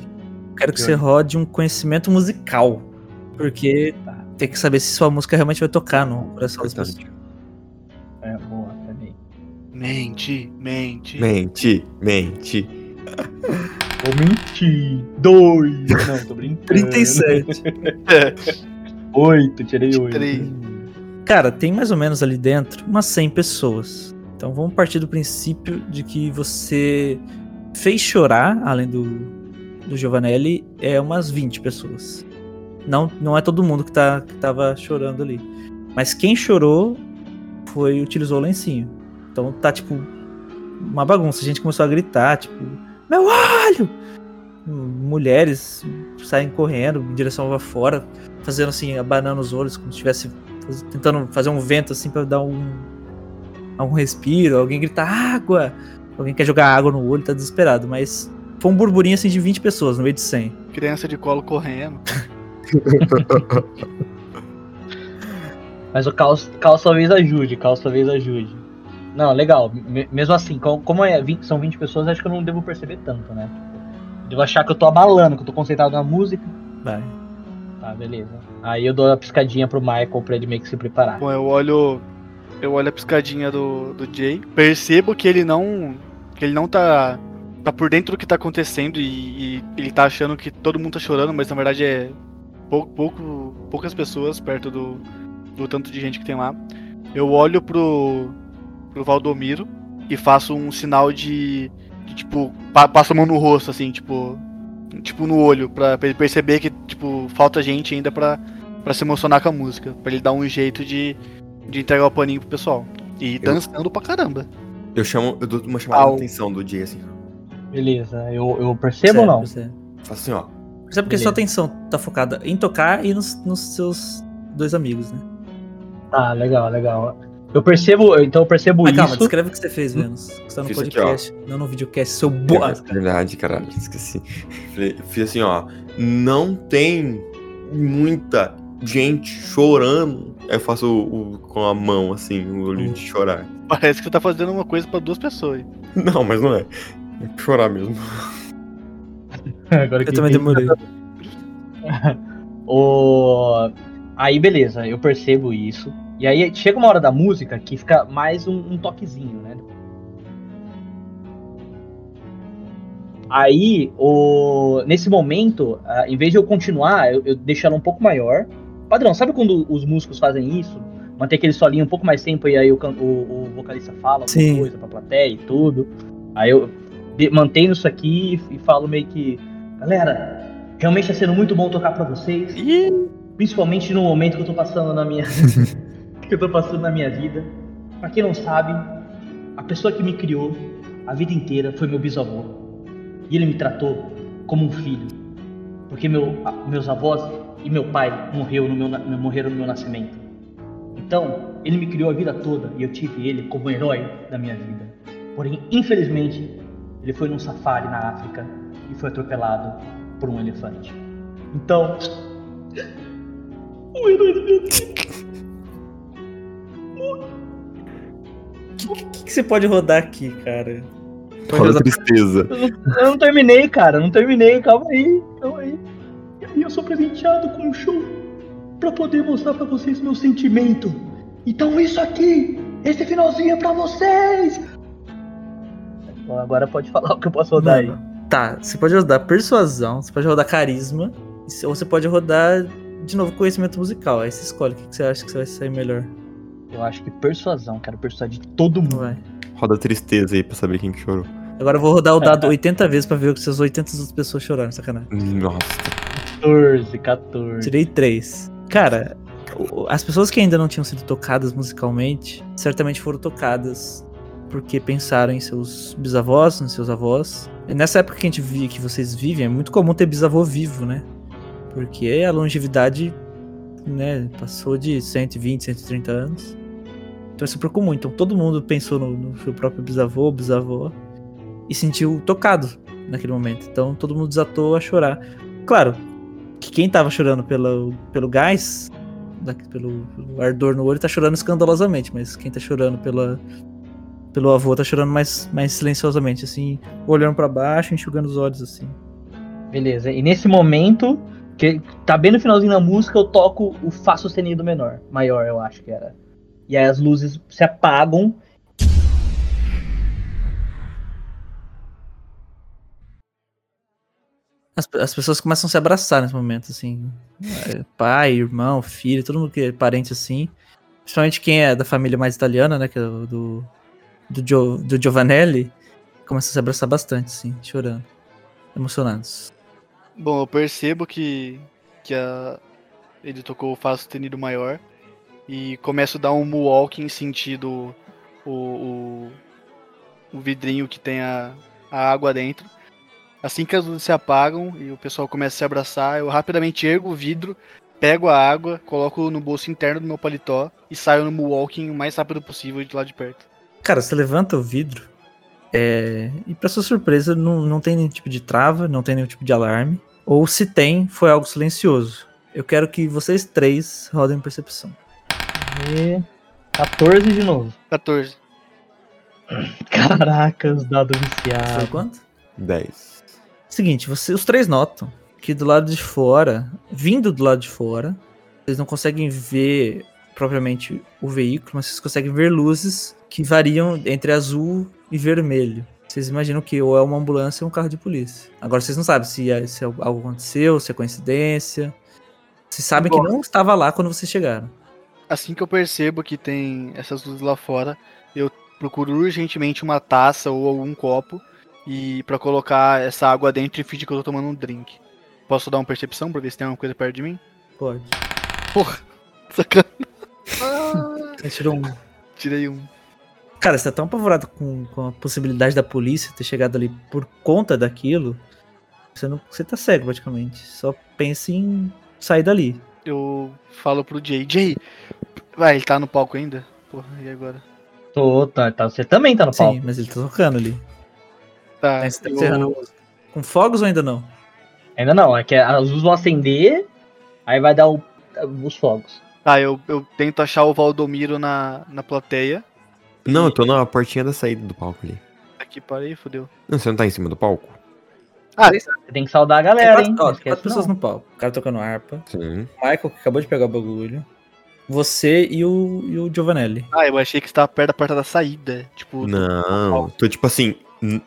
Speaker 1: eu quero que
Speaker 4: Jay.
Speaker 1: você rode um conhecimento musical. Porque tem que saber se sua música realmente vai tocar no coração das pessoas.
Speaker 2: Importante.
Speaker 4: É, boa, peraí.
Speaker 3: Mente, mente.
Speaker 2: Mente, mente.
Speaker 4: Vou mentir. Dois. Não, tô brincando.
Speaker 1: 37.
Speaker 4: Oito, tirei oito.
Speaker 3: Três.
Speaker 1: Cara, tem mais ou menos ali dentro umas 100 pessoas. Então vamos partir do princípio de que você fez chorar, além do, do Giovanelli, é umas 20 pessoas. Não, não é todo mundo que, tá, que tava chorando ali. Mas quem chorou foi utilizou o lencinho. Então tá tipo uma bagunça. A gente começou a gritar, tipo, meu olho! Mulheres saem correndo em direção lá fora, fazendo assim, abanando os olhos, como se estivesse faz- tentando fazer um vento assim pra dar um algum respiro, alguém grita água, alguém quer jogar água no olho, tá desesperado, mas foi um burburinho assim de 20 pessoas no meio de 100.
Speaker 3: Criança de colo correndo.
Speaker 4: Mas o caos, caos talvez ajude, caos talvez ajude. Não, legal. Me- mesmo assim, co- como é 20 são 20 pessoas, acho que eu não devo perceber tanto, né? Devo achar que eu tô abalando, que eu tô concentrado na música.
Speaker 1: Vai.
Speaker 4: Tá, beleza. Aí eu dou a piscadinha pro Michael pra ele meio que se preparar.
Speaker 3: Bom, eu olho. Eu olho a piscadinha do, do Jay. Percebo que ele não. que ele não tá. tá por dentro do que tá acontecendo e, e ele tá achando que todo mundo tá chorando, mas na verdade é pouco, pouco, poucas pessoas perto do, do tanto de gente que tem lá. Eu olho pro. pro Valdomiro e faço um sinal de. de, tipo, pa, passo a mão no rosto, assim, tipo. Tipo no olho, pra, pra ele perceber que, tipo, falta gente ainda pra, pra se emocionar com a música. Pra ele dar um jeito de, de entregar o paninho pro pessoal. E dançando pra caramba. (laughs)
Speaker 2: Eu chamo, eu dou uma chamada de
Speaker 3: Au.
Speaker 2: atenção do Jay, assim.
Speaker 4: Beleza. Eu, eu percebo ou é não?
Speaker 1: Percebe,
Speaker 2: Faço assim, ó.
Speaker 1: Percebe é, porque
Speaker 4: Beleza.
Speaker 1: sua atenção tá focada em tocar e nos, nos seus dois amigos, né?
Speaker 4: Tá, legal, legal. Eu percebo, então eu percebo
Speaker 1: Mas
Speaker 4: isso.
Speaker 1: Ah, calma, descreve o que você fez, Vênus. Você tá no
Speaker 2: Fiz aqui,
Speaker 1: podcast, não no videocast, seu boa.
Speaker 2: É Verdade, caralho, esqueci. Falei- Fiz assim, ó. Não tem muita gente chorando. Aí eu faço o, o- com a mão, assim, o olho de chorar. (laughs)
Speaker 3: Parece que você tá fazendo uma coisa pra duas pessoas.
Speaker 2: Não, mas não é. É pra chorar mesmo.
Speaker 4: (laughs) Agora
Speaker 1: Eu
Speaker 4: que
Speaker 1: também
Speaker 4: entendi.
Speaker 1: demorei.
Speaker 4: O... Aí, beleza, eu percebo isso. E aí chega uma hora da música que fica mais um, um toquezinho, né? Aí, o... nesse momento, ah, em vez de eu continuar, eu, eu deixo ela um pouco maior. Padrão, sabe quando os músicos fazem isso? Manter aquele solinho um pouco mais tempo e aí o, can- o- o vocalista fala
Speaker 1: Sim.
Speaker 4: alguma coisa pra plateia e tudo. Aí eu de- mantenho isso aqui e, e falo meio que... Galera, realmente tá sendo muito bom tocar pra vocês.
Speaker 3: Ih,
Speaker 4: Principalmente no momento que eu tô passando na minha. (laughs) que eu tô passando na minha vida. Pra quem não sabe, a pessoa que me criou a vida inteira foi meu bisavô. E ele me tratou como um filho. Porque meu, a- meus avós e meu pai morreu no meu, na- morreram no meu nascimento. Então, ele me criou a vida toda e eu tive ele como herói da minha vida. Porém, infelizmente, ele foi num safari na África e foi atropelado por um elefante. Então, (laughs) o herói do meu
Speaker 1: O que, que- que você pode rodar aqui, cara? Pode
Speaker 2: Fala
Speaker 1: rodar
Speaker 2: tristeza.
Speaker 4: Eu não terminei, cara, eu não terminei, calma aí, calma aí. E aí eu sou presenteado com um show pra poder mostrar pra vocês meu sentimento. Então isso aqui, esse finalzinho é pra vocês! Agora pode falar o que eu posso rodar aí.
Speaker 1: Mano, Tá, você pode rodar persuasão, você pode rodar carisma, ou você pode rodar de novo conhecimento musical. Aí você escolhe o que que você acha que você vai sair melhor.
Speaker 4: Eu acho que persuasão, quero persuadir todo mundo.
Speaker 1: Vai.
Speaker 2: Roda tristeza aí pra saber quem que chorou.
Speaker 1: Agora eu vou rodar o dado 80 vezes pra ver o que essas 80 outras pessoas choraram, sacanagem.
Speaker 2: Nossa.
Speaker 4: 14, 14.
Speaker 1: Tirei 3. Cara, o- as pessoas que ainda não tinham sido tocadas musicalmente, certamente foram tocadas porque pensaram em seus bisavós, em seus avós. E nessa época que a gente via, que vocês vivem, é muito comum ter bisavô vivo, né? Porque a longevidade, né, passou de 120, 130 anos. Então é super comum. Então todo mundo pensou no, no seu próprio bisavô, bisavó, e sentiu tocado naquele momento. Então todo mundo desatou a chorar. Claro, que quem tava chorando pelo, pelo gás, da- pelo, pelo ardor no olho, tá chorando escandalosamente, mas quem tá chorando pela, pelo avô tá chorando mais, mais silenciosamente, assim, olhando pra baixo, enxugando os olhos, assim.
Speaker 4: Beleza, e nesse momento, que tá bem no finalzinho da música, eu toco o Fá sustenido menor, maior eu acho que era. E aí as luzes se apagam.
Speaker 1: As, pe- as pessoas começam a se abraçar nesse momento, assim. É, Pai, irmão, filho, todo mundo que é parente, assim. Principalmente quem é da família mais italiana, né, que é o do, do, Gio- do Giovanelli, começa a se abraçar bastante, assim, chorando. Emocionados.
Speaker 3: Bom, eu percebo que, que a, ele tocou o Fá sustenido maior e começo a dar um walking sentido o, o, o vidrinho que tem a, a água dentro. Assim que as luzes se apagam e o pessoal começa a se abraçar, eu rapidamente ergo o vidro, pego a água, coloco no bolso interno do meu paletó e saio no walking o mais rápido possível de lá de perto.
Speaker 1: Cara, você levanta o vidro. é, e pra sua surpresa, não, não tem nenhum tipo de trava, não tem nenhum tipo de alarme. Ou se tem, foi algo silencioso. Eu quero que vocês três rodem percepção.
Speaker 4: E 14 de novo.
Speaker 3: 14.
Speaker 4: Caracas, dado
Speaker 1: Foi
Speaker 4: viciado.
Speaker 1: quanto?
Speaker 2: 10.
Speaker 1: Seguinte, você, os três notam que do lado de fora, vindo do lado de fora, vocês não conseguem ver propriamente o veículo, mas vocês conseguem ver luzes que variam entre azul e vermelho. Vocês imaginam que ou é uma ambulância ou um carro de polícia. Agora vocês não sabem se, é- se algo aconteceu, se é coincidência. Vocês sabem que não estava lá quando vocês chegaram.
Speaker 3: Assim que eu percebo que tem essas luzes lá fora, eu procuro urgentemente uma taça ou algum copo e para colocar essa água dentro e fingir que eu tô tomando um drink. Posso dar uma percepção pra ver se tem alguma coisa perto de mim? (laughs)
Speaker 1: Pode.
Speaker 3: Sacana.
Speaker 1: Você tirou um
Speaker 3: Tirei um.
Speaker 1: Cara, você tá tão apavorado com, com a possibilidade da polícia ter chegado ali por conta daquilo. Você, não, você tá cego praticamente. Só pensa em sair dali.
Speaker 3: Eu falo pro Jay. Jay! Vai, ele tá no palco ainda? Porra, e agora?
Speaker 4: Tô, tá, tá, você também tá no palco.
Speaker 1: Sim, mas ele tá tocando ali.
Speaker 3: Tá,
Speaker 1: Mas tá
Speaker 3: eu-
Speaker 1: encerrando a música. Com fogos ou ainda não?
Speaker 4: Ainda não, é que as luzes vão acender, aí vai dar o- os fogos.
Speaker 3: tá eu, eu tento achar o Valdomiro na, na plateia.
Speaker 2: Não, eu tô na portinha da saída do palco ali.
Speaker 3: Aqui, parei, fodeu.
Speaker 2: Não, você não tá em cima do palco?
Speaker 4: Você tem que saudar a
Speaker 1: Tem
Speaker 4: galera,
Speaker 1: quatro,
Speaker 4: É,
Speaker 1: ó,
Speaker 4: hein? Não
Speaker 1: tem quatro
Speaker 4: esquece
Speaker 1: pessoas
Speaker 4: não.
Speaker 1: no palco. O cara tocando harpa.
Speaker 2: Sim.
Speaker 1: O Michael, que acabou de pegar o bagulho. Você e o, e o Giovanelli.
Speaker 3: Ah, eu achei que você tava perto da porta da saída. Tipo,
Speaker 2: Não, tô tipo assim, n-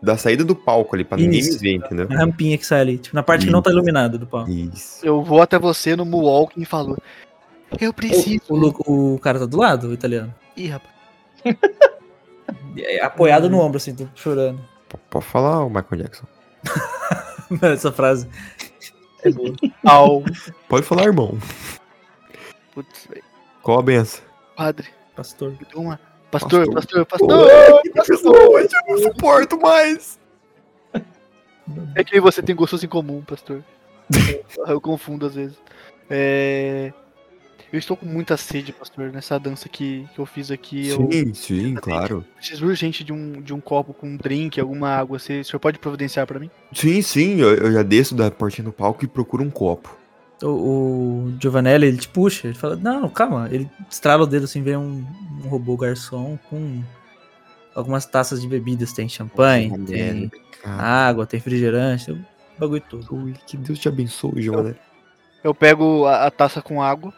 Speaker 2: da saída do palco ali, pra ninguém me
Speaker 1: Isso.
Speaker 2: ver, entendeu?
Speaker 3: É,
Speaker 1: Na rampinha que sai ali. Tipo, na parte que não tá
Speaker 2: Isso.
Speaker 1: iluminada do palco.
Speaker 2: Isso.
Speaker 3: eu vou até você no Moonwalking e falo.
Speaker 5: Eu preciso.
Speaker 1: O,
Speaker 2: um
Speaker 1: Lu- o cara tá do lado, o italiano.
Speaker 5: Ih, rapaz.
Speaker 1: É, Apoiado no ombro, assim, tô chorando. (laughs)
Speaker 2: P- Pode falar, o Michael Jackson.
Speaker 1: Essa frase. é
Speaker 3: Au.
Speaker 2: Pode falar, irmão.
Speaker 3: Putz, velho.
Speaker 2: Qual a benção?
Speaker 3: Padre,
Speaker 1: Pastor.
Speaker 3: me deu uma. Pastor, pastor, pastor.
Speaker 2: Pessoal, eu não suporto mais.
Speaker 3: É que eu e você tem gostos em comum, pastor. eu confundo às vezes. É, Eu estou com muita sede, pastor, nessa dança que, que eu fiz aqui. Eu
Speaker 2: Sim, sim, claro.
Speaker 3: preciso urgente de um, de um copo com um drink, alguma água. Você, o senhor pode providenciar pra mim?
Speaker 2: Sim, sim, eu, eu já desço da portinha do palco e procuro um copo.
Speaker 1: O, o Giovanelli, ele te puxa, ele fala, não, calma. Ele estrala o dedo assim, vê um, um robô garçom com algumas taças de bebidas. Tem champanhe,
Speaker 2: Nossa,
Speaker 1: tem
Speaker 3: é.
Speaker 2: merda, cara.
Speaker 1: água, tem refrigerante, tem o bagulho todo.
Speaker 2: Ui, que Deus te abençoe, né? Joana.
Speaker 3: Eu pego a, a taça com água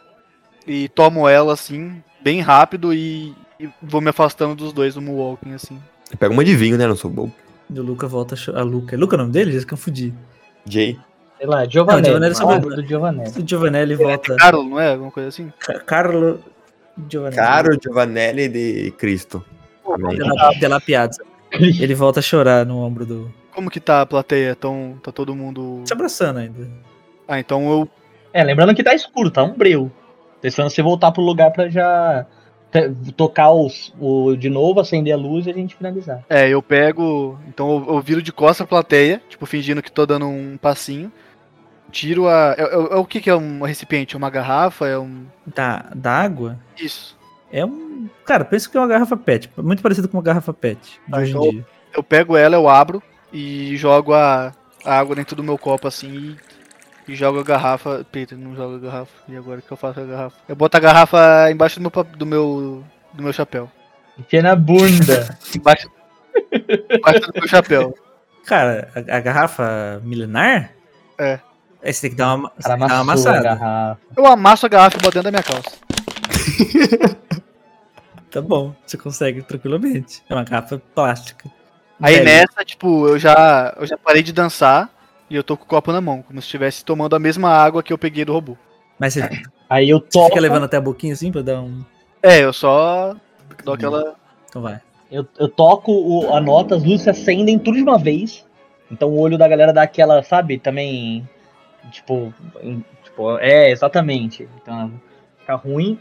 Speaker 3: e tomo ela assim, bem rápido e, e vou me afastando dos dois no walking assim.
Speaker 2: Pega uma de vinho, né? Não sou bobo.
Speaker 1: E o Luca volta a chorar. Luca, é Luca o nome dele? Já se confundi.
Speaker 2: Jay.
Speaker 4: Sei lá, é
Speaker 1: Não,
Speaker 4: Giovanelli.
Speaker 1: Giovanelli é
Speaker 4: o
Speaker 1: sobrenome.
Speaker 4: nome do Giovanelli.
Speaker 1: O Giovanelli volta.
Speaker 3: Carol, não é? Alguma coisa assim?
Speaker 1: Ca- Carlo Giovanelli.
Speaker 2: Caro Giovanelli de Cristo. Amém.
Speaker 1: Dela- Della Piazza. Ele volta a chorar no ombro do.
Speaker 3: Como que tá a plateia? Tão, tá todo mundo.
Speaker 1: Se abraçando ainda.
Speaker 3: Ah, então eu
Speaker 4: É, lembrando que tá escuro, tá um breu. Tô esperando você voltar pro lugar pra já te- tocar os, o, de novo, acender a luz e a gente finalizar.
Speaker 3: É, eu pego. Então eu, eu viro de costa a plateia, tipo, fingindo que tô dando um passinho. Tiro a. É, é- é o que, que é um recipiente? É uma garrafa? É um.
Speaker 1: Da, da água.
Speaker 3: Isso.
Speaker 1: É um. Cara, pensa que é uma garrafa PET. Muito parecido com uma garrafa PET. De
Speaker 3: Ah,
Speaker 1: hoje em
Speaker 3: então-
Speaker 1: dia.
Speaker 3: Eu pego ela, eu abro e jogo a, a água dentro do meu copo assim e, e jogo a garrafa. Peter, não joga a garrafa. E agora o que eu faço com a garrafa? Eu boto a garrafa embaixo do meu. pa- do meu. do meu chapéu.
Speaker 4: Enfia na
Speaker 1: (laughs)
Speaker 4: bunda.
Speaker 3: Embaixo. embaixo do meu chapéu.
Speaker 1: Cara, a, a garrafa milenar?
Speaker 3: É.
Speaker 1: Aí você tem que dar uma, você
Speaker 4: Cara,
Speaker 1: tem que dar uma
Speaker 4: amassou a
Speaker 1: amassada.
Speaker 4: garrafa.
Speaker 3: Eu amasso a garrafa e boto dentro da minha calça.
Speaker 1: Tá bom, você consegue tranquilamente. É uma garrafa plástica.
Speaker 3: Aí
Speaker 1: Velho,
Speaker 3: nessa, tipo, eu já, eu já parei de dançar e eu tô com o copo na mão, como se estivesse tomando a mesma água que eu peguei do robô.
Speaker 1: Mas você
Speaker 4: Aí eu
Speaker 1: você
Speaker 4: toco,
Speaker 1: fica levando até a boquinha assim pra dar um.
Speaker 3: É, eu só dou aquela.
Speaker 1: Então vai.
Speaker 4: eu, eu toco o- a nota, as luzes se acendem tudo de uma vez. Então o olho da galera dá aquela, sabe, também. Tipo. em- tipo é, exatamente. Então fica ruim.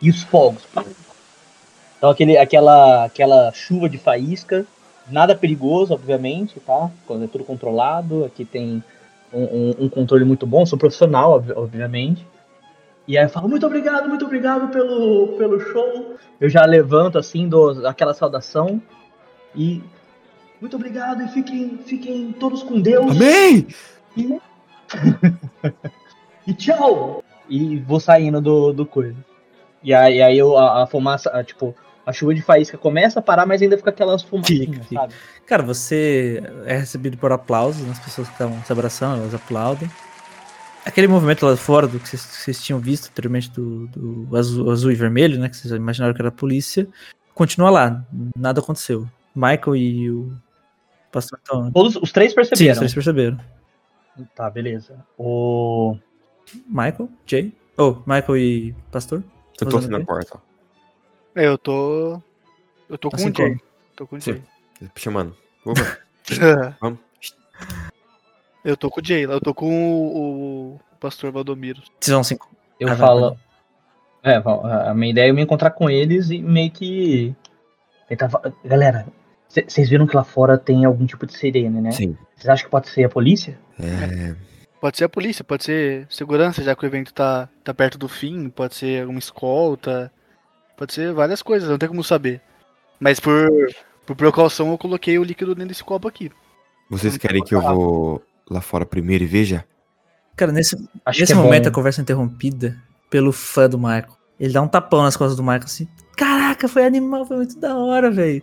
Speaker 4: E os fogos. Então aquele, aquela, aquela chuva de faísca. Nada perigoso, obviamente, tá? Quando é tudo controlado. Aqui tem um, um- um controle muito bom. Sou profissional, ob- obviamente. E aí eu falo, muito obrigado, muito obrigado pelo, pelo show. Eu já levanto assim, dou aquela saudação e muito obrigado e fiquem, fiquem todos com Deus
Speaker 2: Amém!
Speaker 4: e tchau! E vou saindo do, do coisa. E aí, aí eu, a, a fumaça, a, tipo, A chuva de faísca começa a parar, mas ainda fica aquelas fumacinhas,
Speaker 1: Fica,
Speaker 4: sabe?
Speaker 1: Cara, você é recebido por aplausos, né? as pessoas que estão se abraçando, elas aplaudem. Aquele movimento lá fora do que vocês, que vocês tinham visto anteriormente do, do azul, azul e vermelho, né? Que vocês imaginaram que era a polícia, continua lá, nada aconteceu. Michael e o pastor estão.
Speaker 4: Todos, os três
Speaker 1: Sim,
Speaker 4: perceberam.
Speaker 1: vocês perceberam.
Speaker 4: Tá, beleza. O...
Speaker 1: Michael, Jay. Oh, Michael e pastor?
Speaker 2: Eu tô assim na porta,
Speaker 3: É, eu tô. Eu tô com
Speaker 1: Assim
Speaker 3: o Jay. Tô com o
Speaker 2: Sim.
Speaker 3: Jay.
Speaker 2: ó, chamando. Opa,
Speaker 3: (laughs)
Speaker 2: Vamos.
Speaker 3: eu tô com o Jay, lá, eu tô com o, o pastor Valdomiro.
Speaker 1: Vocês vão se encontrar.
Speaker 4: Eu
Speaker 1: Ah, vai,
Speaker 4: falo. É, Val, a a minha ideia é eu me encontrar com eles e meio que. Tentar. fa- Galera, c- vocês viram que lá fora tem algum tipo de sirene,
Speaker 1: É.
Speaker 4: né?
Speaker 2: sim.
Speaker 4: Vocês acham que pode ser a polícia?
Speaker 2: É,
Speaker 3: Pode ser a polícia, pode ser segurança, já que o evento tá, tá perto do fim, pode ser alguma escolta, pode ser várias coisas, não tem como saber. Mas por, por precaução eu coloquei o líquido dentro desse copo aqui.
Speaker 2: vocês querem que eu vou lá fora primeiro e veja?
Speaker 1: Cara, nesse,
Speaker 4: Acho
Speaker 1: Nesse
Speaker 4: que é
Speaker 1: momento
Speaker 4: bom.
Speaker 1: a conversa é interrompida pelo fã do Michael. Ele dá um tapão nas costas do Michael assim. Caraca, foi animal, foi muito da hora, velho.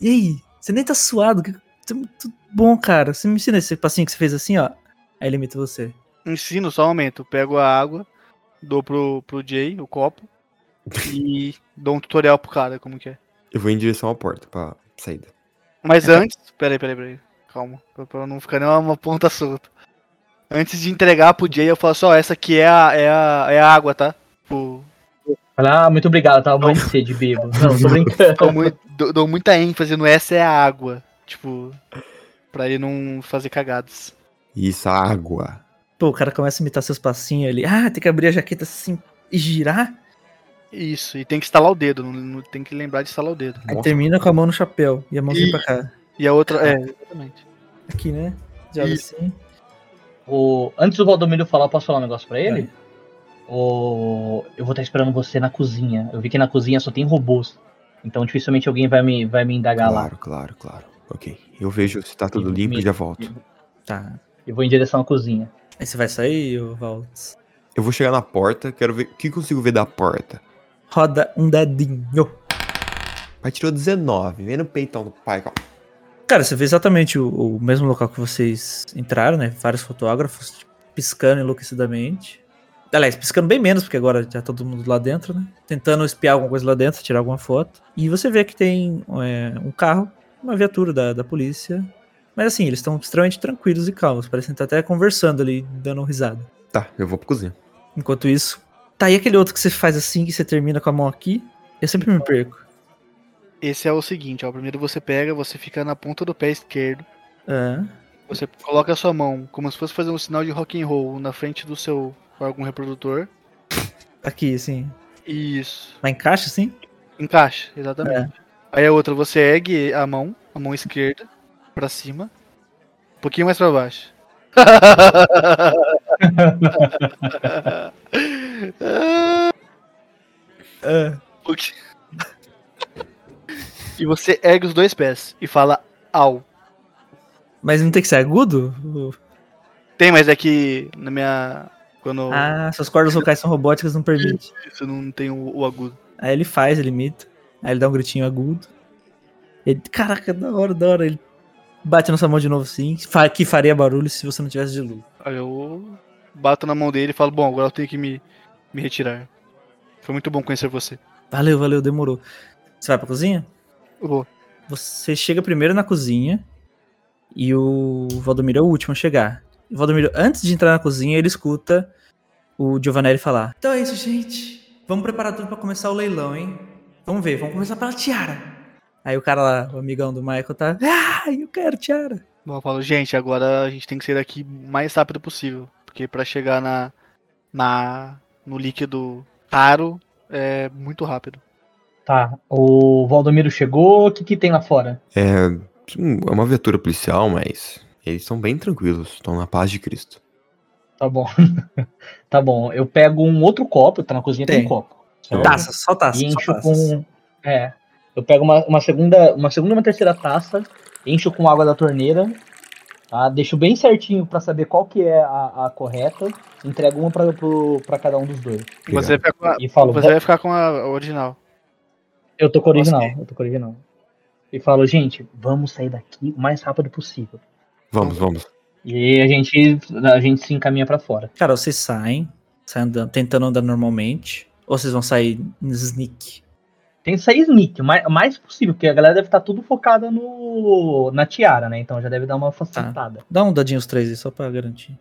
Speaker 1: E aí? Você nem tá suado. que- Tá muito bom, cara. Você me ensina esse passinho que você fez assim, ó. Aí ele imita você.
Speaker 3: Ensino, só um momento. Pego a água, dou pro, pro Jay o copo e dou um tutorial pro cara como que é.
Speaker 2: Eu vou em direção à porta pra saída.
Speaker 3: Mas antes. Peraí, peraí, peraí. Calma. Pra, pra não ficar nenhuma uma ponta solta. Antes de entregar pro Jay, eu falo assim, ó, essa aqui é a, é a, é a água, tá? Pro-
Speaker 4: Falar, ah, muito obrigado, tava morrendo de sede, bebo. Não, tô
Speaker 1: (laughs)
Speaker 3: dou,
Speaker 4: brincando.
Speaker 3: mui- dou- dou muita ênfase no essa é a água. Tipo. Pra ele não fazer cagadas.
Speaker 2: Isso, a água.
Speaker 1: Pô, o cara começa a imitar seus passinhos ali. Ah, tem que abrir a jaqueta assim e girar.
Speaker 3: Isso, e tem que estalar o dedo, não, não- tem que lembrar de estalar o dedo.
Speaker 1: Aí
Speaker 2: Nossa.
Speaker 1: termina com a mão no chapéu e a mãozinha pra cá.
Speaker 3: E a outra. É, exatamente.
Speaker 1: Aqui, né? Joga assim.
Speaker 4: O... Antes do Valdomiro falar, posso falar um negócio pra ele? O... Eu vou estar esperando você na cozinha. Eu vi que na cozinha só tem robôs. Então dificilmente alguém vai me, vai me indagar lá.
Speaker 2: Claro, claro, claro. Ok. Eu vejo se tá tudo limpo e já volto.
Speaker 1: Tá.
Speaker 4: Eu vou em direção à cozinha.
Speaker 1: Aí você vai sair, ô Valtz?
Speaker 2: Eu vou chegar na porta, quero ver. O que consigo ver da porta?
Speaker 1: Roda um dadinho.
Speaker 2: Pai tirou 19, vem no peitão do pai. ó.
Speaker 1: Cara, você vê exatamente o, o mesmo local que vocês entraram, né? Vários fotógrafos tipo, piscando enlouquecidamente. Aliás, piscando bem menos, porque agora já tá todo mundo lá dentro, né? Tentando espiar alguma coisa lá dentro, tirar alguma foto. E você vê que tem é, um carro, uma viatura da, da polícia. Mas assim, eles estão extremamente tranquilos e calmos. Parecem estar até conversando ali, dando risada.
Speaker 2: Tá, eu vou pra cozinha.
Speaker 1: Enquanto isso, tá aí aquele outro que você faz assim, que você termina com a mão aqui. Eu sempre me perco.
Speaker 3: Esse é o seguinte, ó. Primeiro você pega, você fica na ponta do pé esquerdo.
Speaker 1: É.
Speaker 3: Você coloca a sua mão como se fosse fazer um sinal de rock and roll na frente do seu órgão reprodutor.
Speaker 1: Aqui, assim.
Speaker 3: Isso.
Speaker 1: Lá encaixa, assim?
Speaker 3: Encaixa, exatamente. Aí a outra você ergue a mão, a mão esquerda, pra cima, um pouquinho mais pra baixo. O que- (laughs) e você ergue os dois pés e fala au.
Speaker 1: Mas não tem que ser agudo? O-
Speaker 3: Tem, mas é que na minha. Quando
Speaker 1: Ah, suas cordas vocais são robóticas, não permite.
Speaker 3: isso não tem o, o agudo.
Speaker 1: Aí ele faz, ele imita. Aí ele dá um gritinho agudo. Ele, caraca, da hora, da hora. Ele bate na sua mão de novo sim, fa- que faria barulho se você não tivesse de luz.
Speaker 3: Aí eu bato na mão dele e falo, bom, agora eu tenho que me, me retirar. Foi muito bom conhecer você.
Speaker 1: Valeu, valeu, demorou. Você vai pra cozinha?
Speaker 3: Eu vou.
Speaker 1: Você chega primeiro na cozinha e o Valdomiro é o último a chegar. O Valdomiro, antes de entrar na cozinha, ele escuta o Giovanelli falar. Então é isso, gente. Vamos preparar tudo pra começar o leilão, hein? Vamos ver, vamos começar pela tiara. Aí o cara lá, o amigão do Michael, tá. Ah, eu quero tiara.
Speaker 3: Bom, eu falo, gente, agora a gente tem que sair daqui o mais rápido possível. Porque pra chegar na, na no líquido taro é muito rápido.
Speaker 4: Tá, o Valdomiro chegou, o que que tem lá fora?
Speaker 2: É, hum, é uma viatura policial, mas eles estão bem tranquilos, estão na paz de Cristo.
Speaker 4: Tá bom. (laughs) tá bom, eu pego um outro copo, tá na cozinha, tem,
Speaker 1: Tem.
Speaker 4: um copo.
Speaker 2: Tá.
Speaker 4: Certo?
Speaker 1: Taça, só taça.
Speaker 4: E
Speaker 1: Só
Speaker 4: encho
Speaker 1: taça.
Speaker 4: com. É. Eu pego uma, uma segunda, uma segunda e uma terceira taça, encho com água da torneira, tá? Deixo bem certinho pra saber qual que é a, a correta, entrego uma pra, pro- pra cada um dos dois.
Speaker 2: Legal.
Speaker 3: Ah, Você vai ficar com a,
Speaker 4: E falo,
Speaker 3: você vai ficar com a original.
Speaker 4: Eu tô com o original, eu tô com o original. E falo, gente, vamos sair daqui o mais rápido possível.
Speaker 2: Vamos, vamos.
Speaker 4: E a gente, a gente se encaminha pra fora.
Speaker 1: Cara, vocês saem, saem andando, tentando andar normalmente, ou vocês vão sair em sneak?
Speaker 4: Tem que sair sneak, o mais, o mais possível, porque a galera deve estar tudo focada no na tiara, né? Então já deve dar uma
Speaker 3: Ah.
Speaker 4: facilitada.
Speaker 1: Dá um dadinho os três aí, só pra garantir.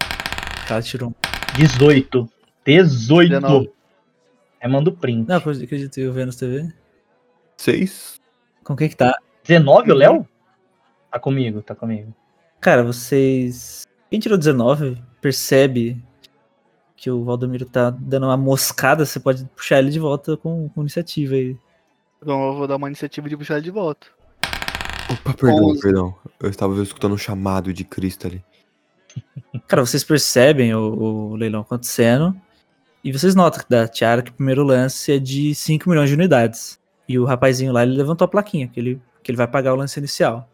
Speaker 1: O cara tirou um.
Speaker 4: 18. 18.
Speaker 3: 19.
Speaker 4: É, manda o print.
Speaker 1: Não, acredito acredito eu vendo TV.
Speaker 2: Seis.
Speaker 1: Com quem que tá?
Speaker 4: 19, o Léo? Tá comigo, tá comigo.
Speaker 1: Cara, vocês. Quem tirou 19 percebe que o Valdomiro tá dando uma moscada, você pode puxar ele de volta com, com iniciativa aí.
Speaker 3: Então eu vou dar uma iniciativa de puxar ele de volta.
Speaker 2: Opa, perdão,
Speaker 3: Onze.
Speaker 2: perdão. Eu estava escutando um chamado de Cristo ali.
Speaker 1: Cara, vocês percebem o, o leilão acontecendo. E vocês notam que da Tiara que o primeiro lance é de 5 milhões de unidades. E o rapazinho lá, ele levantou a plaquinha, que ele, que ele vai pagar o lance inicial.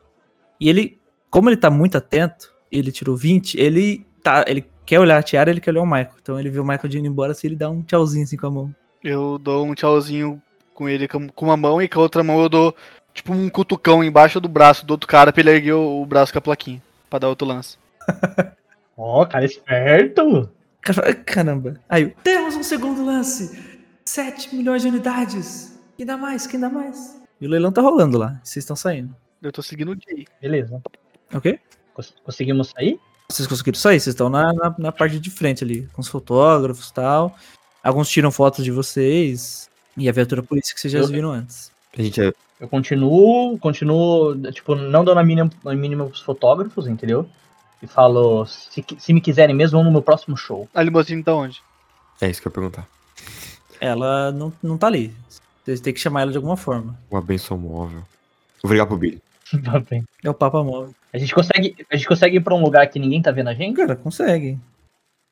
Speaker 1: E ele, como ele tá muito atento, ele tirou 20, ele tá. Ele quer olhar a Tiara, ele quer olhar o Michael. Então ele vê o Michael de indo embora, se ele dá um tchauzinho assim com a mão.
Speaker 3: Eu dou um tchauzinho com ele com com uma mão e com a outra mão eu dou tipo um cutucão embaixo do braço do outro cara pra ele erguer o o braço com a plaquinha. Pra dar outro lance.
Speaker 4: Ó, cara esperto!
Speaker 1: Cara, fala, "Ah, Caramba. Aí, eu, temos um segundo lance. 7 milhões de unidades. Quem dá mais? Quem dá mais? E o leilão tá rolando lá. Vocês estão saindo.
Speaker 3: Eu tô seguindo o Jay.
Speaker 4: Beleza.
Speaker 1: Ok?
Speaker 4: Cons- Conseguimos sair?
Speaker 1: Vocês conseguiram sair, vocês estão na, na, na parte de frente ali, com os fotógrafos e tal. Alguns tiram fotos de vocês e a viatura polícia que vocês já
Speaker 4: Eu-
Speaker 1: viram antes.
Speaker 2: A gente é.
Speaker 4: Eu continuo, continuo, tipo, não dando a mínima, a mínima pros fotógrafos, entendeu? E falo, se, qui- se me quiserem mesmo, vão no meu próximo show.
Speaker 3: A limusine tá onde?
Speaker 2: É isso que eu ia perguntar.
Speaker 1: Ela não, não tá ali. Vocês têm que chamar ela de alguma forma.
Speaker 2: Uma benção móvel. Vou ligar pro Billy.
Speaker 4: (laughs) Tá bem.
Speaker 1: É o Papa Móvel.
Speaker 4: A gente consegue, a gente consegue ir pra um lugar que ninguém tá vendo a gente?
Speaker 1: Cara, consegue.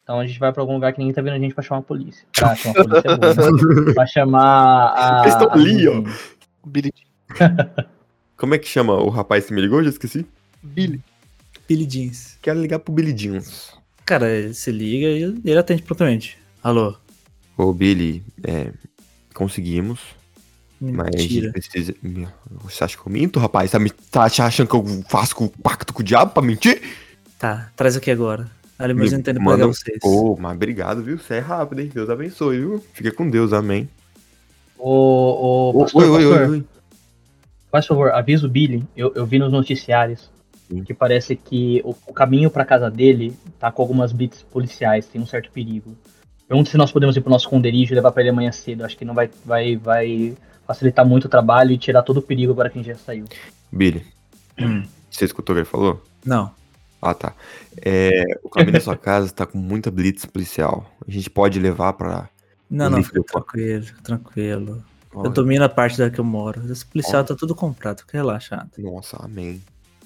Speaker 4: Então a gente vai pra algum lugar que ninguém tá vendo a gente pra chamar a polícia. Pra chamar a polícia é
Speaker 2: (laughs)
Speaker 4: boa, né? Pra chamar a...
Speaker 2: Eles tão
Speaker 4: a
Speaker 2: ali, ó.
Speaker 4: Luzine.
Speaker 3: O Billy.
Speaker 2: Como é que chama o rapaz que me ligou? Eu já esqueci.
Speaker 3: Billy.
Speaker 1: Billy Jeans.
Speaker 2: Quero ligar pro Billy Jeans.
Speaker 1: Cara, ele se liga e ele atende prontamente. Alô?
Speaker 2: Ô, Billy, é, conseguimos, mas a gente
Speaker 1: Mentira.
Speaker 2: precisa... Meu, Você acha que eu minto, rapaz? Tá, me... tá achando que eu faço com- pacto com o diabo pra mentir?
Speaker 1: Tá, traz aqui agora. Ali, mas eu entendo
Speaker 2: manda
Speaker 1: pegar
Speaker 2: um-
Speaker 1: vocês.
Speaker 2: Ô, mas obrigado, viu? Você é rápido, hein? Deus abençoe, viu? Fica com Deus, amém.
Speaker 4: Ô, ô,
Speaker 2: Oi,
Speaker 4: pastor,
Speaker 2: oi,
Speaker 4: pastor,
Speaker 2: oi, oi.
Speaker 4: faz favor, avisa o Billy. Eu, eu vi nos noticiários
Speaker 2: Sim.
Speaker 4: que parece que o, o caminho pra casa dele tá com algumas blitz policiais, tem um certo perigo. Pergunta se nós podemos ir pro nosso esconderijo e levar pra ele amanhã cedo. Acho que não vai, vai, vai facilitar muito o trabalho e tirar todo o perigo agora que a gente já saiu.
Speaker 2: Billy, você escutou o que ele falou?
Speaker 1: Não.
Speaker 2: Ah, tá. É, o caminho da sua casa tá com muita blitz policial. A gente pode levar pra...
Speaker 1: Não, não,
Speaker 2: Ele
Speaker 1: fica
Speaker 2: ficou-
Speaker 1: tranquilo, tranquilo. Eu domino a parte da que eu moro. Esse policial tá tudo comprado, fica relaxado.
Speaker 2: Nossa, amém.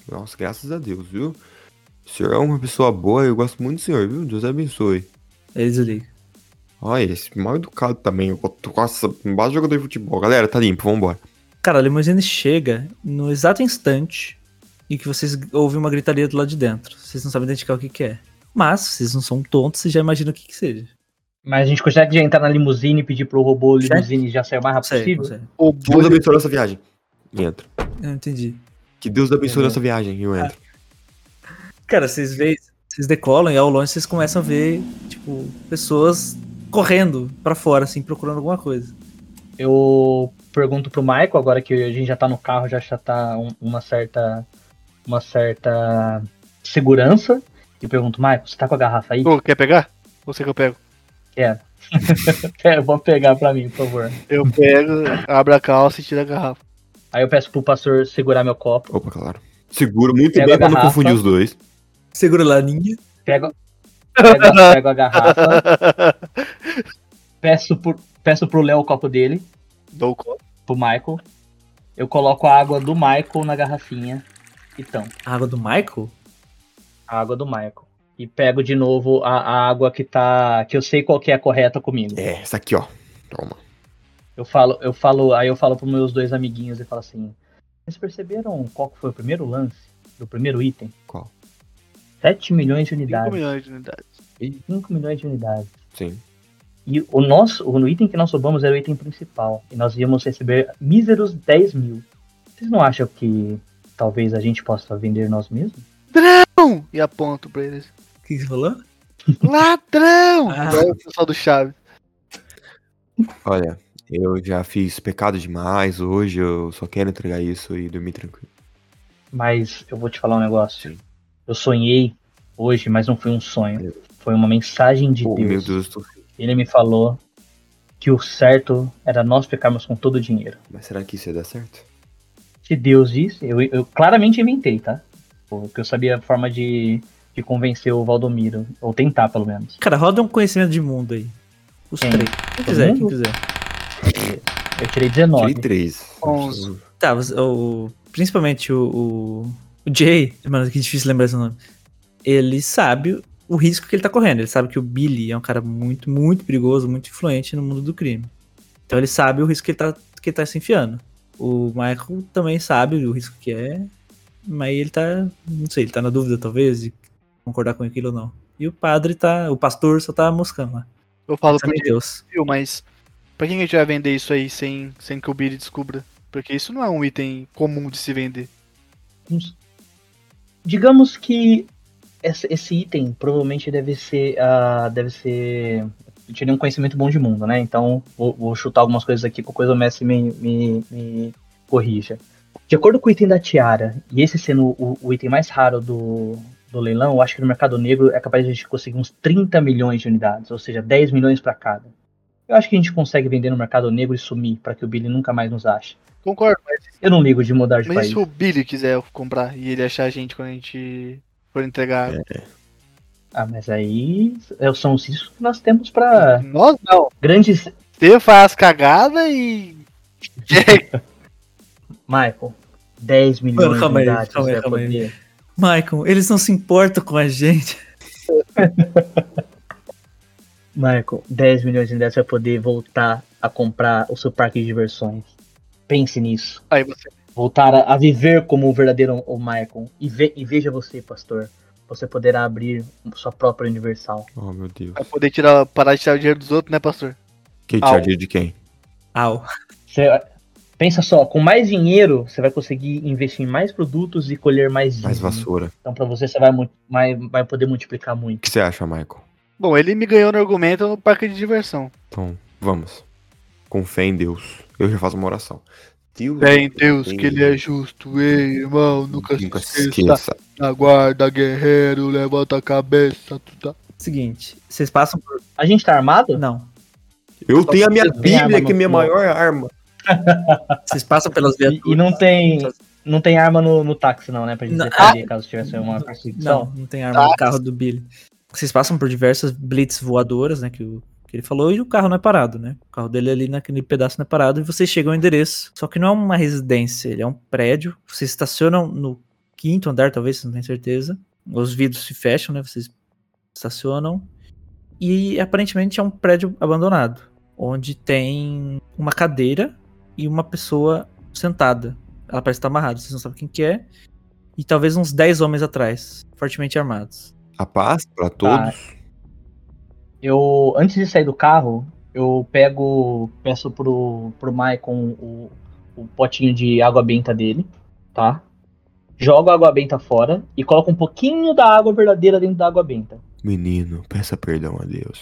Speaker 2: Nossa, graças a Deus, viu? O senhor é uma pessoa boa, eu gosto muito do senhor, viu? Deus abençoe.
Speaker 1: Ele desliga.
Speaker 2: Olha, esse mal educado também. eu tô- Nossa, embaixo um jogador de futebol. Galera, tá limpo, vambora.
Speaker 1: Cara, a limusine chega no exato instante em que vocês ouvem uma gritaria do lado de dentro. Vocês não sabem identificar o que, que é. Mas, vocês não são tontos, vocês já imaginam o que, que seja.
Speaker 4: Mas a gente consegue já entrar na limusine e pedir pro robô
Speaker 1: Certo.
Speaker 4: limusine já sair o mais rápido
Speaker 1: Consegue,
Speaker 4: possível?
Speaker 1: consegue.
Speaker 3: O
Speaker 2: Deus
Speaker 3: Billy.
Speaker 2: abençoe nossa viagem. E entra.
Speaker 1: Eu entendi.
Speaker 2: Que Deus abençoe nossa viagem. E eu entro.
Speaker 1: Cara, vocês veem, vocês decolam e ao longe vocês começam a ver, tipo, pessoas correndo pra fora, assim, procurando alguma coisa.
Speaker 4: Eu pergunto pro Michael, agora que a gente já tá no carro, já, já tá um- uma certa. uma certa segurança. E pergunto, Michael, você tá com a garrafa aí?
Speaker 3: Ô, quer pegar? Você que eu pego.
Speaker 4: (laughs) É, vamos pegar pra mim, por favor.
Speaker 3: (laughs) Eu pego, abro a calça e tiro a garrafa.
Speaker 4: Aí eu peço pro pastor segurar meu copo.
Speaker 2: Opa, claro. Seguro muito
Speaker 4: Pega
Speaker 2: bem
Speaker 4: a
Speaker 2: pra não
Speaker 4: garrafa.
Speaker 2: confundir os dois.
Speaker 1: Segura lá, ninguém.
Speaker 4: Pego, pego, pego a garrafa. Peço, por, peço pro Léo o copo dele,
Speaker 3: Dou o copo.
Speaker 4: pro Michael. Eu coloco a água do Michael na garrafinha. Então.
Speaker 1: A água do Michael?
Speaker 4: a água do Michael. E pego de novo a, a água que tá. que eu sei qual que é a correta comigo.
Speaker 2: É, essa aqui, ó. Toma.
Speaker 4: Eu falo, eu falo, aí eu falo pros meus dois amiguinhos e falo assim. Vocês perceberam qual que foi o primeiro lance do primeiro item?
Speaker 2: Qual?
Speaker 4: 7 milhões de
Speaker 3: 5
Speaker 4: unidades.
Speaker 3: milhões de unidades.
Speaker 4: 5 milhões de unidades.
Speaker 2: Sim.
Speaker 4: E o nosso, o item que nós roubamos era o item principal. E nós íamos receber míseros 10 mil. Vocês não acham que talvez a gente possa vender nós mesmos?
Speaker 3: Ladrão! E aponto pra eles.
Speaker 1: O que você falou?
Speaker 3: Ladrão!
Speaker 1: Ah.
Speaker 3: Igual o pessoal do Chaves.
Speaker 2: Olha, eu já fiz pecado demais hoje, eu só quero entregar isso e dormir tranquilo.
Speaker 4: Mas eu vou te falar um negócio.
Speaker 2: Sim.
Speaker 4: Eu sonhei hoje, mas não foi um sonho. Foi uma mensagem de
Speaker 2: Pô,
Speaker 4: Deus.
Speaker 2: Oh, meu Deus, eu tô...
Speaker 4: Ele me falou que o certo era nós pecarmos com todo o dinheiro.
Speaker 2: mas será que isso ia dar certo?
Speaker 4: Se Deus disse, eu, eu claramente inventei, tá? Porque eu sabia a forma de, de convencer o Valdomiro. Ou tentar, pelo menos.
Speaker 1: Cara, roda um conhecimento de mundo aí. Os
Speaker 4: Quem?
Speaker 1: três. Quem quiser, quem
Speaker 4: mundo?
Speaker 1: quiser.
Speaker 4: Eu tirei 19.
Speaker 2: Tirei três.
Speaker 3: Onze.
Speaker 1: Tá, você- o, principalmente o, o, o Jay, mano, que difícil lembrar esse nome. Ele sabe o- o risco que ele tá correndo. Ele sabe que o Billy é um cara muito, muito perigoso, muito influente no mundo do crime. Então ele sabe o risco que ele tá, que ele tá se enfiando. O Michael também sabe o risco que é, mas ele tá, não sei, ele tá na dúvida talvez de concordar com aquilo ou não. E o padre tá, o pastor só tá moscando lá.
Speaker 3: Eu falo pra
Speaker 1: Sabe
Speaker 3: ele,
Speaker 1: Deus.
Speaker 3: viu, mas pra quem que a gente vai vender isso aí sem, sem que o Billy descubra? Porque isso não é um item comum de se vender.
Speaker 4: Uns- Digamos que esse, esse item provavelmente deve ser. ah, deve ser. Eu tirei um conhecimento bom de mundo, né? Então vou, vou chutar algumas coisas aqui, qualquer coisa o Messi me, me, me corrija. De acordo com o item da tiara, e esse sendo o, o item mais raro do, do leilão, eu acho que no mercado negro é capaz de a gente conseguir uns 30 milhões de unidades, ou seja, 10 milhões para cada. Eu acho que a gente consegue vender no mercado negro e sumir, para que o Billy nunca mais nos ache.
Speaker 3: Concordo, mas,
Speaker 4: Eu não ligo de mudar de
Speaker 3: mas e
Speaker 4: país.
Speaker 3: se o Billy quiser comprar e ele achar a gente quando a gente for entregar?
Speaker 4: Ah, mas aí é- são os riscos que nós temos pra
Speaker 3: Nós Ah. não.
Speaker 4: grandes.
Speaker 3: Você faz cagada e.
Speaker 4: Michael, 10 milhões
Speaker 1: Mano, calma
Speaker 4: de
Speaker 1: aí,
Speaker 4: unidades.
Speaker 1: calma aí,
Speaker 4: vai
Speaker 1: calma aí.
Speaker 4: poder.
Speaker 1: Michael, eles não se importam com a gente.
Speaker 4: Michael, 10 milhões de unidades vai poder voltar a comprar o seu parque de diversões. Pense nisso.
Speaker 3: Aí você.
Speaker 4: Voltar a, a viver como o verdadeiro o Michael. E, ve- e veja você, pastor. Você poderá abrir sua própria Universal.
Speaker 2: Oh, meu Deus.
Speaker 3: Pra poder tirar, parar de tirar o dinheiro dos outros, né, pastor?
Speaker 2: Que
Speaker 3: Au.
Speaker 2: tchau de quem?
Speaker 1: Au.
Speaker 4: Você, pensa só, com mais dinheiro, você vai conseguir investir em mais produtos e colher mais
Speaker 2: Mais
Speaker 4: dízimo.
Speaker 2: vassoura. O
Speaker 4: Então, pra você, você vai, mu- vai, vai poder multiplicar muito.
Speaker 2: que você acha, Michael?
Speaker 3: Bom, ele me ganhou no argumento no parque de diversão.
Speaker 2: Então, vamos. Com fé em Deus. Eu já faço uma oração. Deus,
Speaker 3: Fé em Deus que ele é justo, ei, irmão, nunca, se esqueça.
Speaker 2: esqueça.
Speaker 3: Na guarda, guerreiro, levanta a cabeça, tu tá.
Speaker 1: Seguinte, vocês passam por.
Speaker 4: A gente tá armado?
Speaker 1: Não.
Speaker 2: Eu tenho a minha
Speaker 4: Vocês têm arma
Speaker 2: Bíblia,
Speaker 4: no
Speaker 2: que é minha
Speaker 4: final.
Speaker 2: maior arma.
Speaker 1: Vocês passam pelas
Speaker 4: E,
Speaker 1: viaturas.
Speaker 4: e não tem. Não tem arma no, no táxi, não, né? Pra gente
Speaker 1: Não. ah,
Speaker 4: defender caso tivesse uma
Speaker 1: Não,
Speaker 4: perseguição.
Speaker 1: não tem arma no carro do Billy. Vocês passam por diversas blitz voadoras, né? Que, o, que ele falou, e o carro não é parado, né? O carro dele ali naquele pedaço não é parado, e vocês chegam ao endereço. Só que não é uma residência, ele é um prédio. Vocês estacionam no quinto andar, talvez, vocês não tenho certeza. Os vidros se fecham, né? Vocês estacionam. E aparentemente é um prédio abandonado, onde tem uma cadeira e uma pessoa sentada. Ela parece estar amarrada, vocês não sabem quem que é. E talvez uns 10 homens atrás, fortemente armados.
Speaker 2: A paz pra todos.
Speaker 4: Eu, antes de sair do carro, eu pego. Peço pro, pro Maicon o, o potinho de água benta dele, tá? Jogo a água benta fora e coloco um pouquinho da água verdadeira dentro da água benta. (laughs)
Speaker 2: Menino, peça perdão a Deus.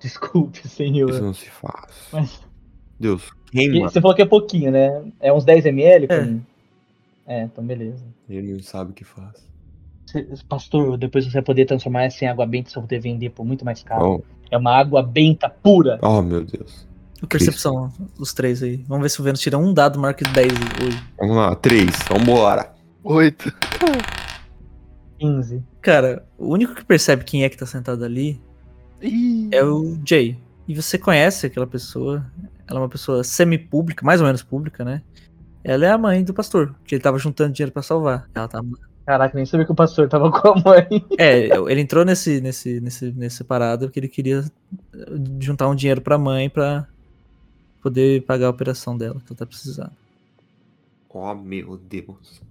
Speaker 4: Desculpe,
Speaker 2: Isso
Speaker 4: senhor.
Speaker 2: não se faz.
Speaker 4: Mas-
Speaker 2: Deus,
Speaker 4: E
Speaker 2: queima.
Speaker 4: você falou que é pouquinho, né? É uns 10 ml? pra
Speaker 1: É.
Speaker 4: mim? é então beleza.
Speaker 2: Ele não sabe o que faz.
Speaker 4: Cê- Pastor, depois você vai poder transformar essa em água benta, você vai poder vender por muito mais
Speaker 2: Oh,
Speaker 4: caro. É uma água benta pura.
Speaker 2: oh, meu Deus.
Speaker 1: O percepção, os três aí. Vamos ver se o Vênus tira um dado maior que 10 hoje.
Speaker 2: Vamos lá, três, vambora.
Speaker 3: Oito.
Speaker 4: 15.
Speaker 1: Cara, o único que percebe quem é que tá sentado ali
Speaker 3: Ih,
Speaker 1: é o Jay. E você conhece aquela pessoa. Ela é uma pessoa semi-pública, mais ou menos pública, né? Ela é a mãe do pastor, que ele tava juntando dinheiro pra salvar. Ela tá
Speaker 4: Caraca, nem sabia que o pastor tava com a mãe.
Speaker 1: (laughs) É, eu- ele entrou nesse, nesse, nesse, nesse parado porque ele queria eh, juntar um dinheiro pra mãe pra poder pagar a operação dela, que ela tá precisando.
Speaker 2: Oh, meu Deus.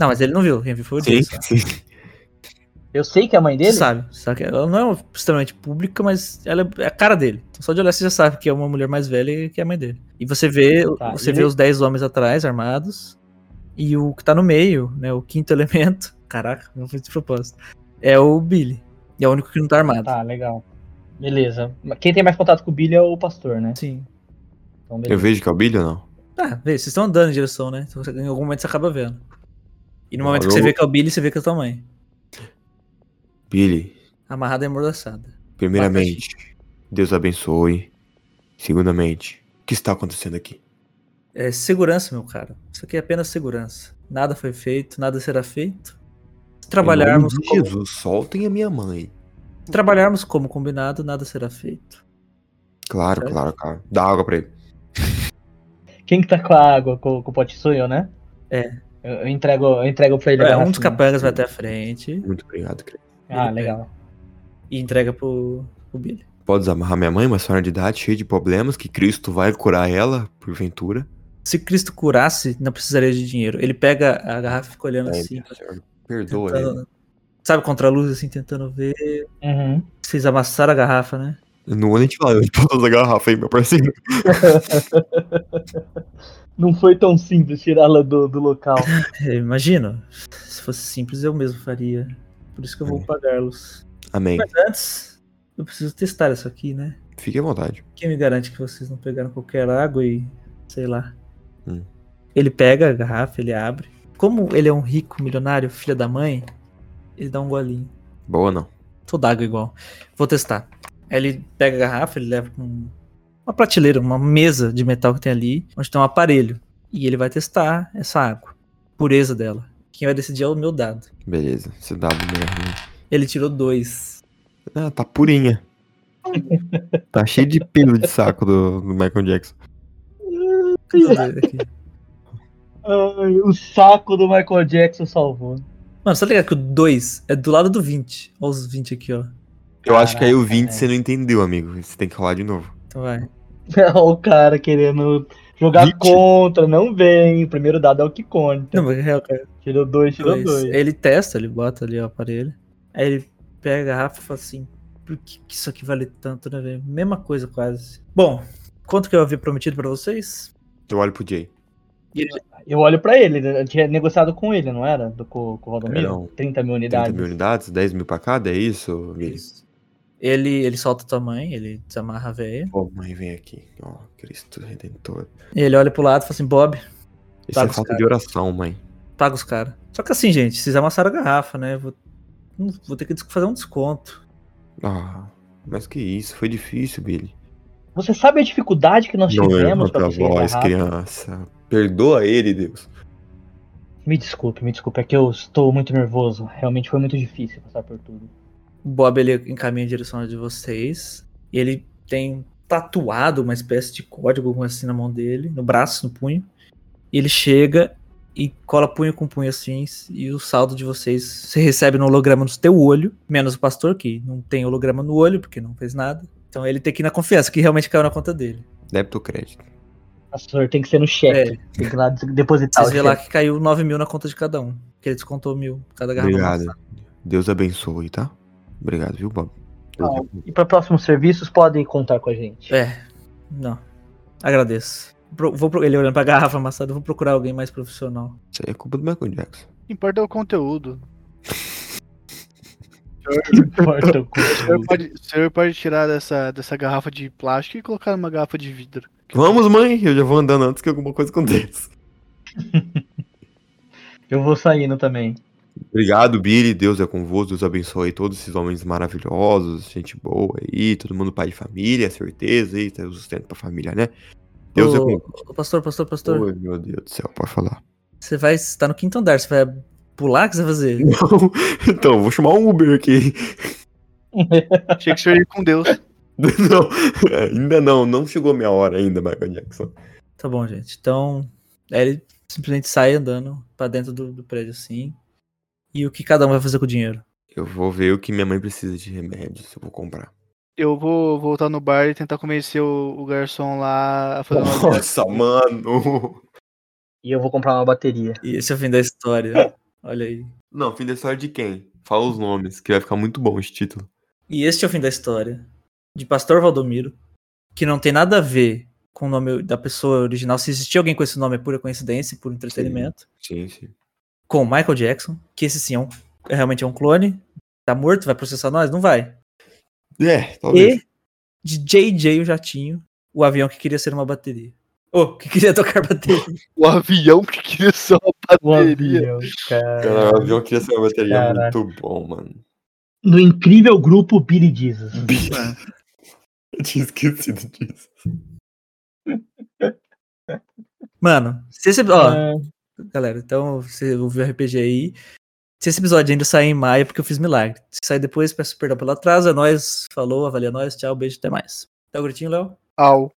Speaker 1: Não, mas ele não viu, quem viu foi o
Speaker 2: Sim,
Speaker 1: Jason.
Speaker 2: sim.
Speaker 4: Eu sei que é a mãe dele?
Speaker 1: Sabe, sabe? que Ela não é extremamente pública, mas ela é a cara dele. Então, só de olhar você já sabe que é uma mulher mais velha e que é a mãe dele. E você vê,
Speaker 4: Tá,
Speaker 1: você
Speaker 4: e
Speaker 1: vê
Speaker 4: ele-
Speaker 1: os 10 homens atrás, armados, e o que tá no meio, né, o quinto (laughs) elemento, caraca, não fiz de propósito, é o Billy. E é o único que não tá armado.
Speaker 4: Tá, legal. Beleza. Mas Quem tem mais contato com o Billy é o pastor, né?
Speaker 1: Sim.
Speaker 4: Então,
Speaker 2: Eu vejo que é o Billy ou não?
Speaker 1: Ah, vê, vocês estão andando em direção, né? Então, você- em algum momento você acaba vendo. E no
Speaker 2: Não,
Speaker 1: momento que você
Speaker 2: eu-
Speaker 1: vê que é o Billy, você vê que é a tua mãe.
Speaker 2: Billy,
Speaker 1: Amarrada e amordaçada.
Speaker 2: primeiramente, Deus abençoe. Segundamente, o que está acontecendo aqui?
Speaker 1: É segurança, meu cara. Isso aqui é apenas segurança. Nada foi feito, nada será feito. Se trabalharmos,
Speaker 2: Em nome de
Speaker 1: como,
Speaker 2: Jesus, soltem a minha mãe.
Speaker 1: se trabalharmos como combinado, nada será feito.
Speaker 2: Claro,
Speaker 1: Certo.
Speaker 2: claro, claro. Dá água pra ele.
Speaker 4: Quem que tá com a água, com, com o pote sou eu, né?
Speaker 1: É.
Speaker 4: Eu, eu entrego, eu entrego pra ele.
Speaker 1: É,
Speaker 4: a
Speaker 1: um dos
Speaker 4: garrafinha.
Speaker 1: capangas vai até a frente
Speaker 2: Muito obrigado, querido.
Speaker 4: Ah, legal.
Speaker 1: e entrega pro, pro Billy.
Speaker 2: Pode desamarrar minha mãe, uma senhora de idade, cheia de problemas, que Cristo vai curar ela, porventura.
Speaker 1: Se Cristo curasse, não precisaria de dinheiro. Ele pega a garrafa e fica olhando
Speaker 2: Aí,
Speaker 1: assim,
Speaker 2: Senhor, perdoa ele.
Speaker 1: tentando, sabe, contra a luz, assim, tentando ver.
Speaker 4: Uhum.
Speaker 1: Vocês amassaram a garrafa, né?
Speaker 2: Não vou nem te falar, eu posso usar a garrafa aí, meu parceiro.
Speaker 4: Não foi tão simples tirá-la do,
Speaker 1: (laughs)
Speaker 4: do local.
Speaker 1: É, imagino. Se fosse simples, eu mesmo faria. Por isso que eu vou
Speaker 2: É.
Speaker 1: pagá-los.
Speaker 2: Amém.
Speaker 1: Mas antes, eu preciso testar isso aqui, né?
Speaker 2: Fique à vontade.
Speaker 1: Quem me garante que vocês não pegaram qualquer água e. sei lá.
Speaker 2: Hum.
Speaker 1: Ele pega a garrafa, ele abre. Como ele é um rico milionário, filho da mãe, ele dá um golinho.
Speaker 2: Boa não.
Speaker 1: Toda água igual. Vou testar. Aí ele pega a garrafa, ele leva pra um- uma prateleira, uma mesa de metal que tem ali, onde tem um aparelho. E ele vai testar essa água. Pureza dela. Quem vai decidir é o meu dado.
Speaker 2: Beleza, CW mesmo.
Speaker 1: Ele tirou dois.
Speaker 2: Ah, tá purinha. tá cheio de pelo de saco do, do Michael Jackson.
Speaker 1: Cadê o dois aqui?
Speaker 4: Ai, o saco do Michael Jackson salvou. (laughs)
Speaker 1: Mano, só ligar que o 2 é do lado do 20. Olha os 20 aqui, ó.
Speaker 2: Eu acho que aí o
Speaker 4: Caraca,
Speaker 2: 20
Speaker 4: velho.
Speaker 2: você não entendeu, amigo. Você tem que rolar de novo.
Speaker 1: Então vai.
Speaker 4: Olha o cara querendo jogar
Speaker 2: Vinte.
Speaker 4: contra, não vem. O primeiro dado é o que conta.
Speaker 1: Não, mas é real, cara.
Speaker 4: Tirou dois, tirou
Speaker 1: Dois.
Speaker 4: dois.
Speaker 1: Ele testa, ele bota ali o aparelho. Aí ele pega a garrafa e fala assim: por que, que isso aqui vale tanto, né, velho? Mesma coisa quase. Bom, quanto que eu havia prometido pra vocês?
Speaker 2: Eu olho pro Jay.
Speaker 4: Eu olho pra ele, né? eu tinha negociado com ele, não era? Do, com, com o Rodomiro?
Speaker 2: Eram
Speaker 4: 30 mil
Speaker 2: 30
Speaker 4: unidades.
Speaker 2: mil unidades, 10 mil pra cada, é isso, Billy?
Speaker 1: Isso. Ele, ele solta tua mãe, ele desamarra a véia.
Speaker 2: Pô, mãe, vem aqui. Ó, Cristo Redentor.
Speaker 1: Ele olha pro lado e fala assim: Bob,
Speaker 2: Isso
Speaker 1: Tá
Speaker 2: é
Speaker 1: dos
Speaker 2: falta
Speaker 1: caras.
Speaker 2: de oração, mãe.
Speaker 1: paga os caras. Só que assim, gente, vocês amassaram a garrafa, né? Vou, não- vou ter que des- fazer um desconto.
Speaker 2: Ah, mas que isso, foi difícil, Billy.
Speaker 4: Você sabe a dificuldade que nós tivemos pra
Speaker 2: tua
Speaker 4: conseguir
Speaker 2: voz,
Speaker 4: essa garrafa?
Speaker 2: criança. Perdoa ele, Deus.
Speaker 4: Me desculpe, me desculpe, é que eu estou muito nervoso. Realmente foi muito difícil passar por tudo.
Speaker 1: O Bob ele encaminha em direção de vocês. E ele tem tatuado uma espécie de código alguma assim na mão dele, no braço, no punho. E ele chega e cola punho com punho assim, e o saldo de vocês você recebe no holograma no teu olho, menos o pastor que não tem holograma no olho porque não fez nada. Então ele tem que ir na confiança que realmente caiu na conta dele.
Speaker 2: Débito ou crédito?
Speaker 4: Pastor, tem que ser no cheque.
Speaker 1: É,
Speaker 4: Tem que ir lá des- depositar
Speaker 1: vocês
Speaker 4: o
Speaker 1: vê
Speaker 4: cheque.
Speaker 1: lá que caiu 9 mil na conta de cada um. Que ele descontou mil cada garrafa.
Speaker 2: Obrigado.
Speaker 1: amassada.
Speaker 2: Deus abençoe, tá? Obrigado, viu, Bob? Deus
Speaker 4: Ah,
Speaker 2: abençoe.
Speaker 4: E para próximos serviços podem contar com a gente.
Speaker 1: É, não. Agradeço. Pro- vou pro- ele olhando pra garrafa amassada, eu vou procurar alguém mais profissional.
Speaker 2: Isso aí é culpa do Michael Jackson.
Speaker 3: O que importa é o conteúdo.
Speaker 4: Importa o cu.
Speaker 3: O senhor pode, o senhor pode tirar dessa, dessa garrafa de plástico e colocar numa garrafa de vidro.
Speaker 2: Vamos, mãe! Eu já vou andando antes que alguma coisa aconteça.
Speaker 4: Eu vou saindo também.
Speaker 2: Obrigado, Billy. Deus é convosco. Deus abençoe todos esses homens maravilhosos, gente boa aí, todo mundo pai de família, certeza, aí, tá o sustento pra família, né? Deus é
Speaker 1: Ô,
Speaker 2: convosco.
Speaker 1: ô, pastor, pastor, pastor.
Speaker 2: Oi, meu Deus do céu, pode falar. (laughs)
Speaker 1: Você vai estar no quinto andar, você vai pular? O que você vai fazer?
Speaker 2: Não, então, vou chamar um Uber aqui. (laughs)
Speaker 3: Achei que o senhor ia com Deus.
Speaker 2: Não, é, ainda não, não chegou a minha hora ainda, Michael Jackson.
Speaker 1: Tá bom, gente. Então, aí ele simplesmente sai andando pra dentro do, do prédio assim. E o que cada um vai fazer com o dinheiro?
Speaker 2: Eu vou ver o que minha mãe precisa de remédios, eu vou comprar.
Speaker 1: (laughs)
Speaker 3: Eu vou voltar no bar e tentar convencer o, o garçom lá a fazer uma
Speaker 2: Nossa, mano!
Speaker 4: E eu vou comprar uma bateria.
Speaker 1: E esse é o fim da história. Olha aí.
Speaker 2: Não, fim da história de quem? Fala os nomes, que vai ficar muito bom esse título.
Speaker 1: E este é o fim da história de Pastor Valdomiro, que não tem nada a ver com o nome da pessoa original. Se existia alguém com esse nome é pura coincidência, puro entretenimento.
Speaker 2: Sim, sim.
Speaker 1: Com Michael Jackson, que esse sim é um, é realmente é um clone. Tá morto, vai processar nós? Não vai.
Speaker 2: É, talvez.
Speaker 1: E de JJ o Jatinho, o avião que queria ser uma bateria. Oh, (laughs) que queria tocar bateria.
Speaker 3: (laughs) O avião que queria ser um uma bateria.
Speaker 4: cara.
Speaker 2: Cara, o avião queria ser uma bateria
Speaker 4: Caraca.
Speaker 2: muito bom, mano.
Speaker 4: No incrível grupo Billy Jesus.
Speaker 2: (laughs) Eu tinha esquecido disso.
Speaker 1: Mano, se esse. Ó,
Speaker 4: É,
Speaker 1: galera. Então, você ouviu o RPG aí. Se esse episódio ainda sair em maio, é porque eu fiz milagre. Se sair depois, peço perdão pelo atraso. É nóis. Falou, avalia nós. Tchau, beijo, até mais. Tá curtinho, um Léo?
Speaker 3: Au.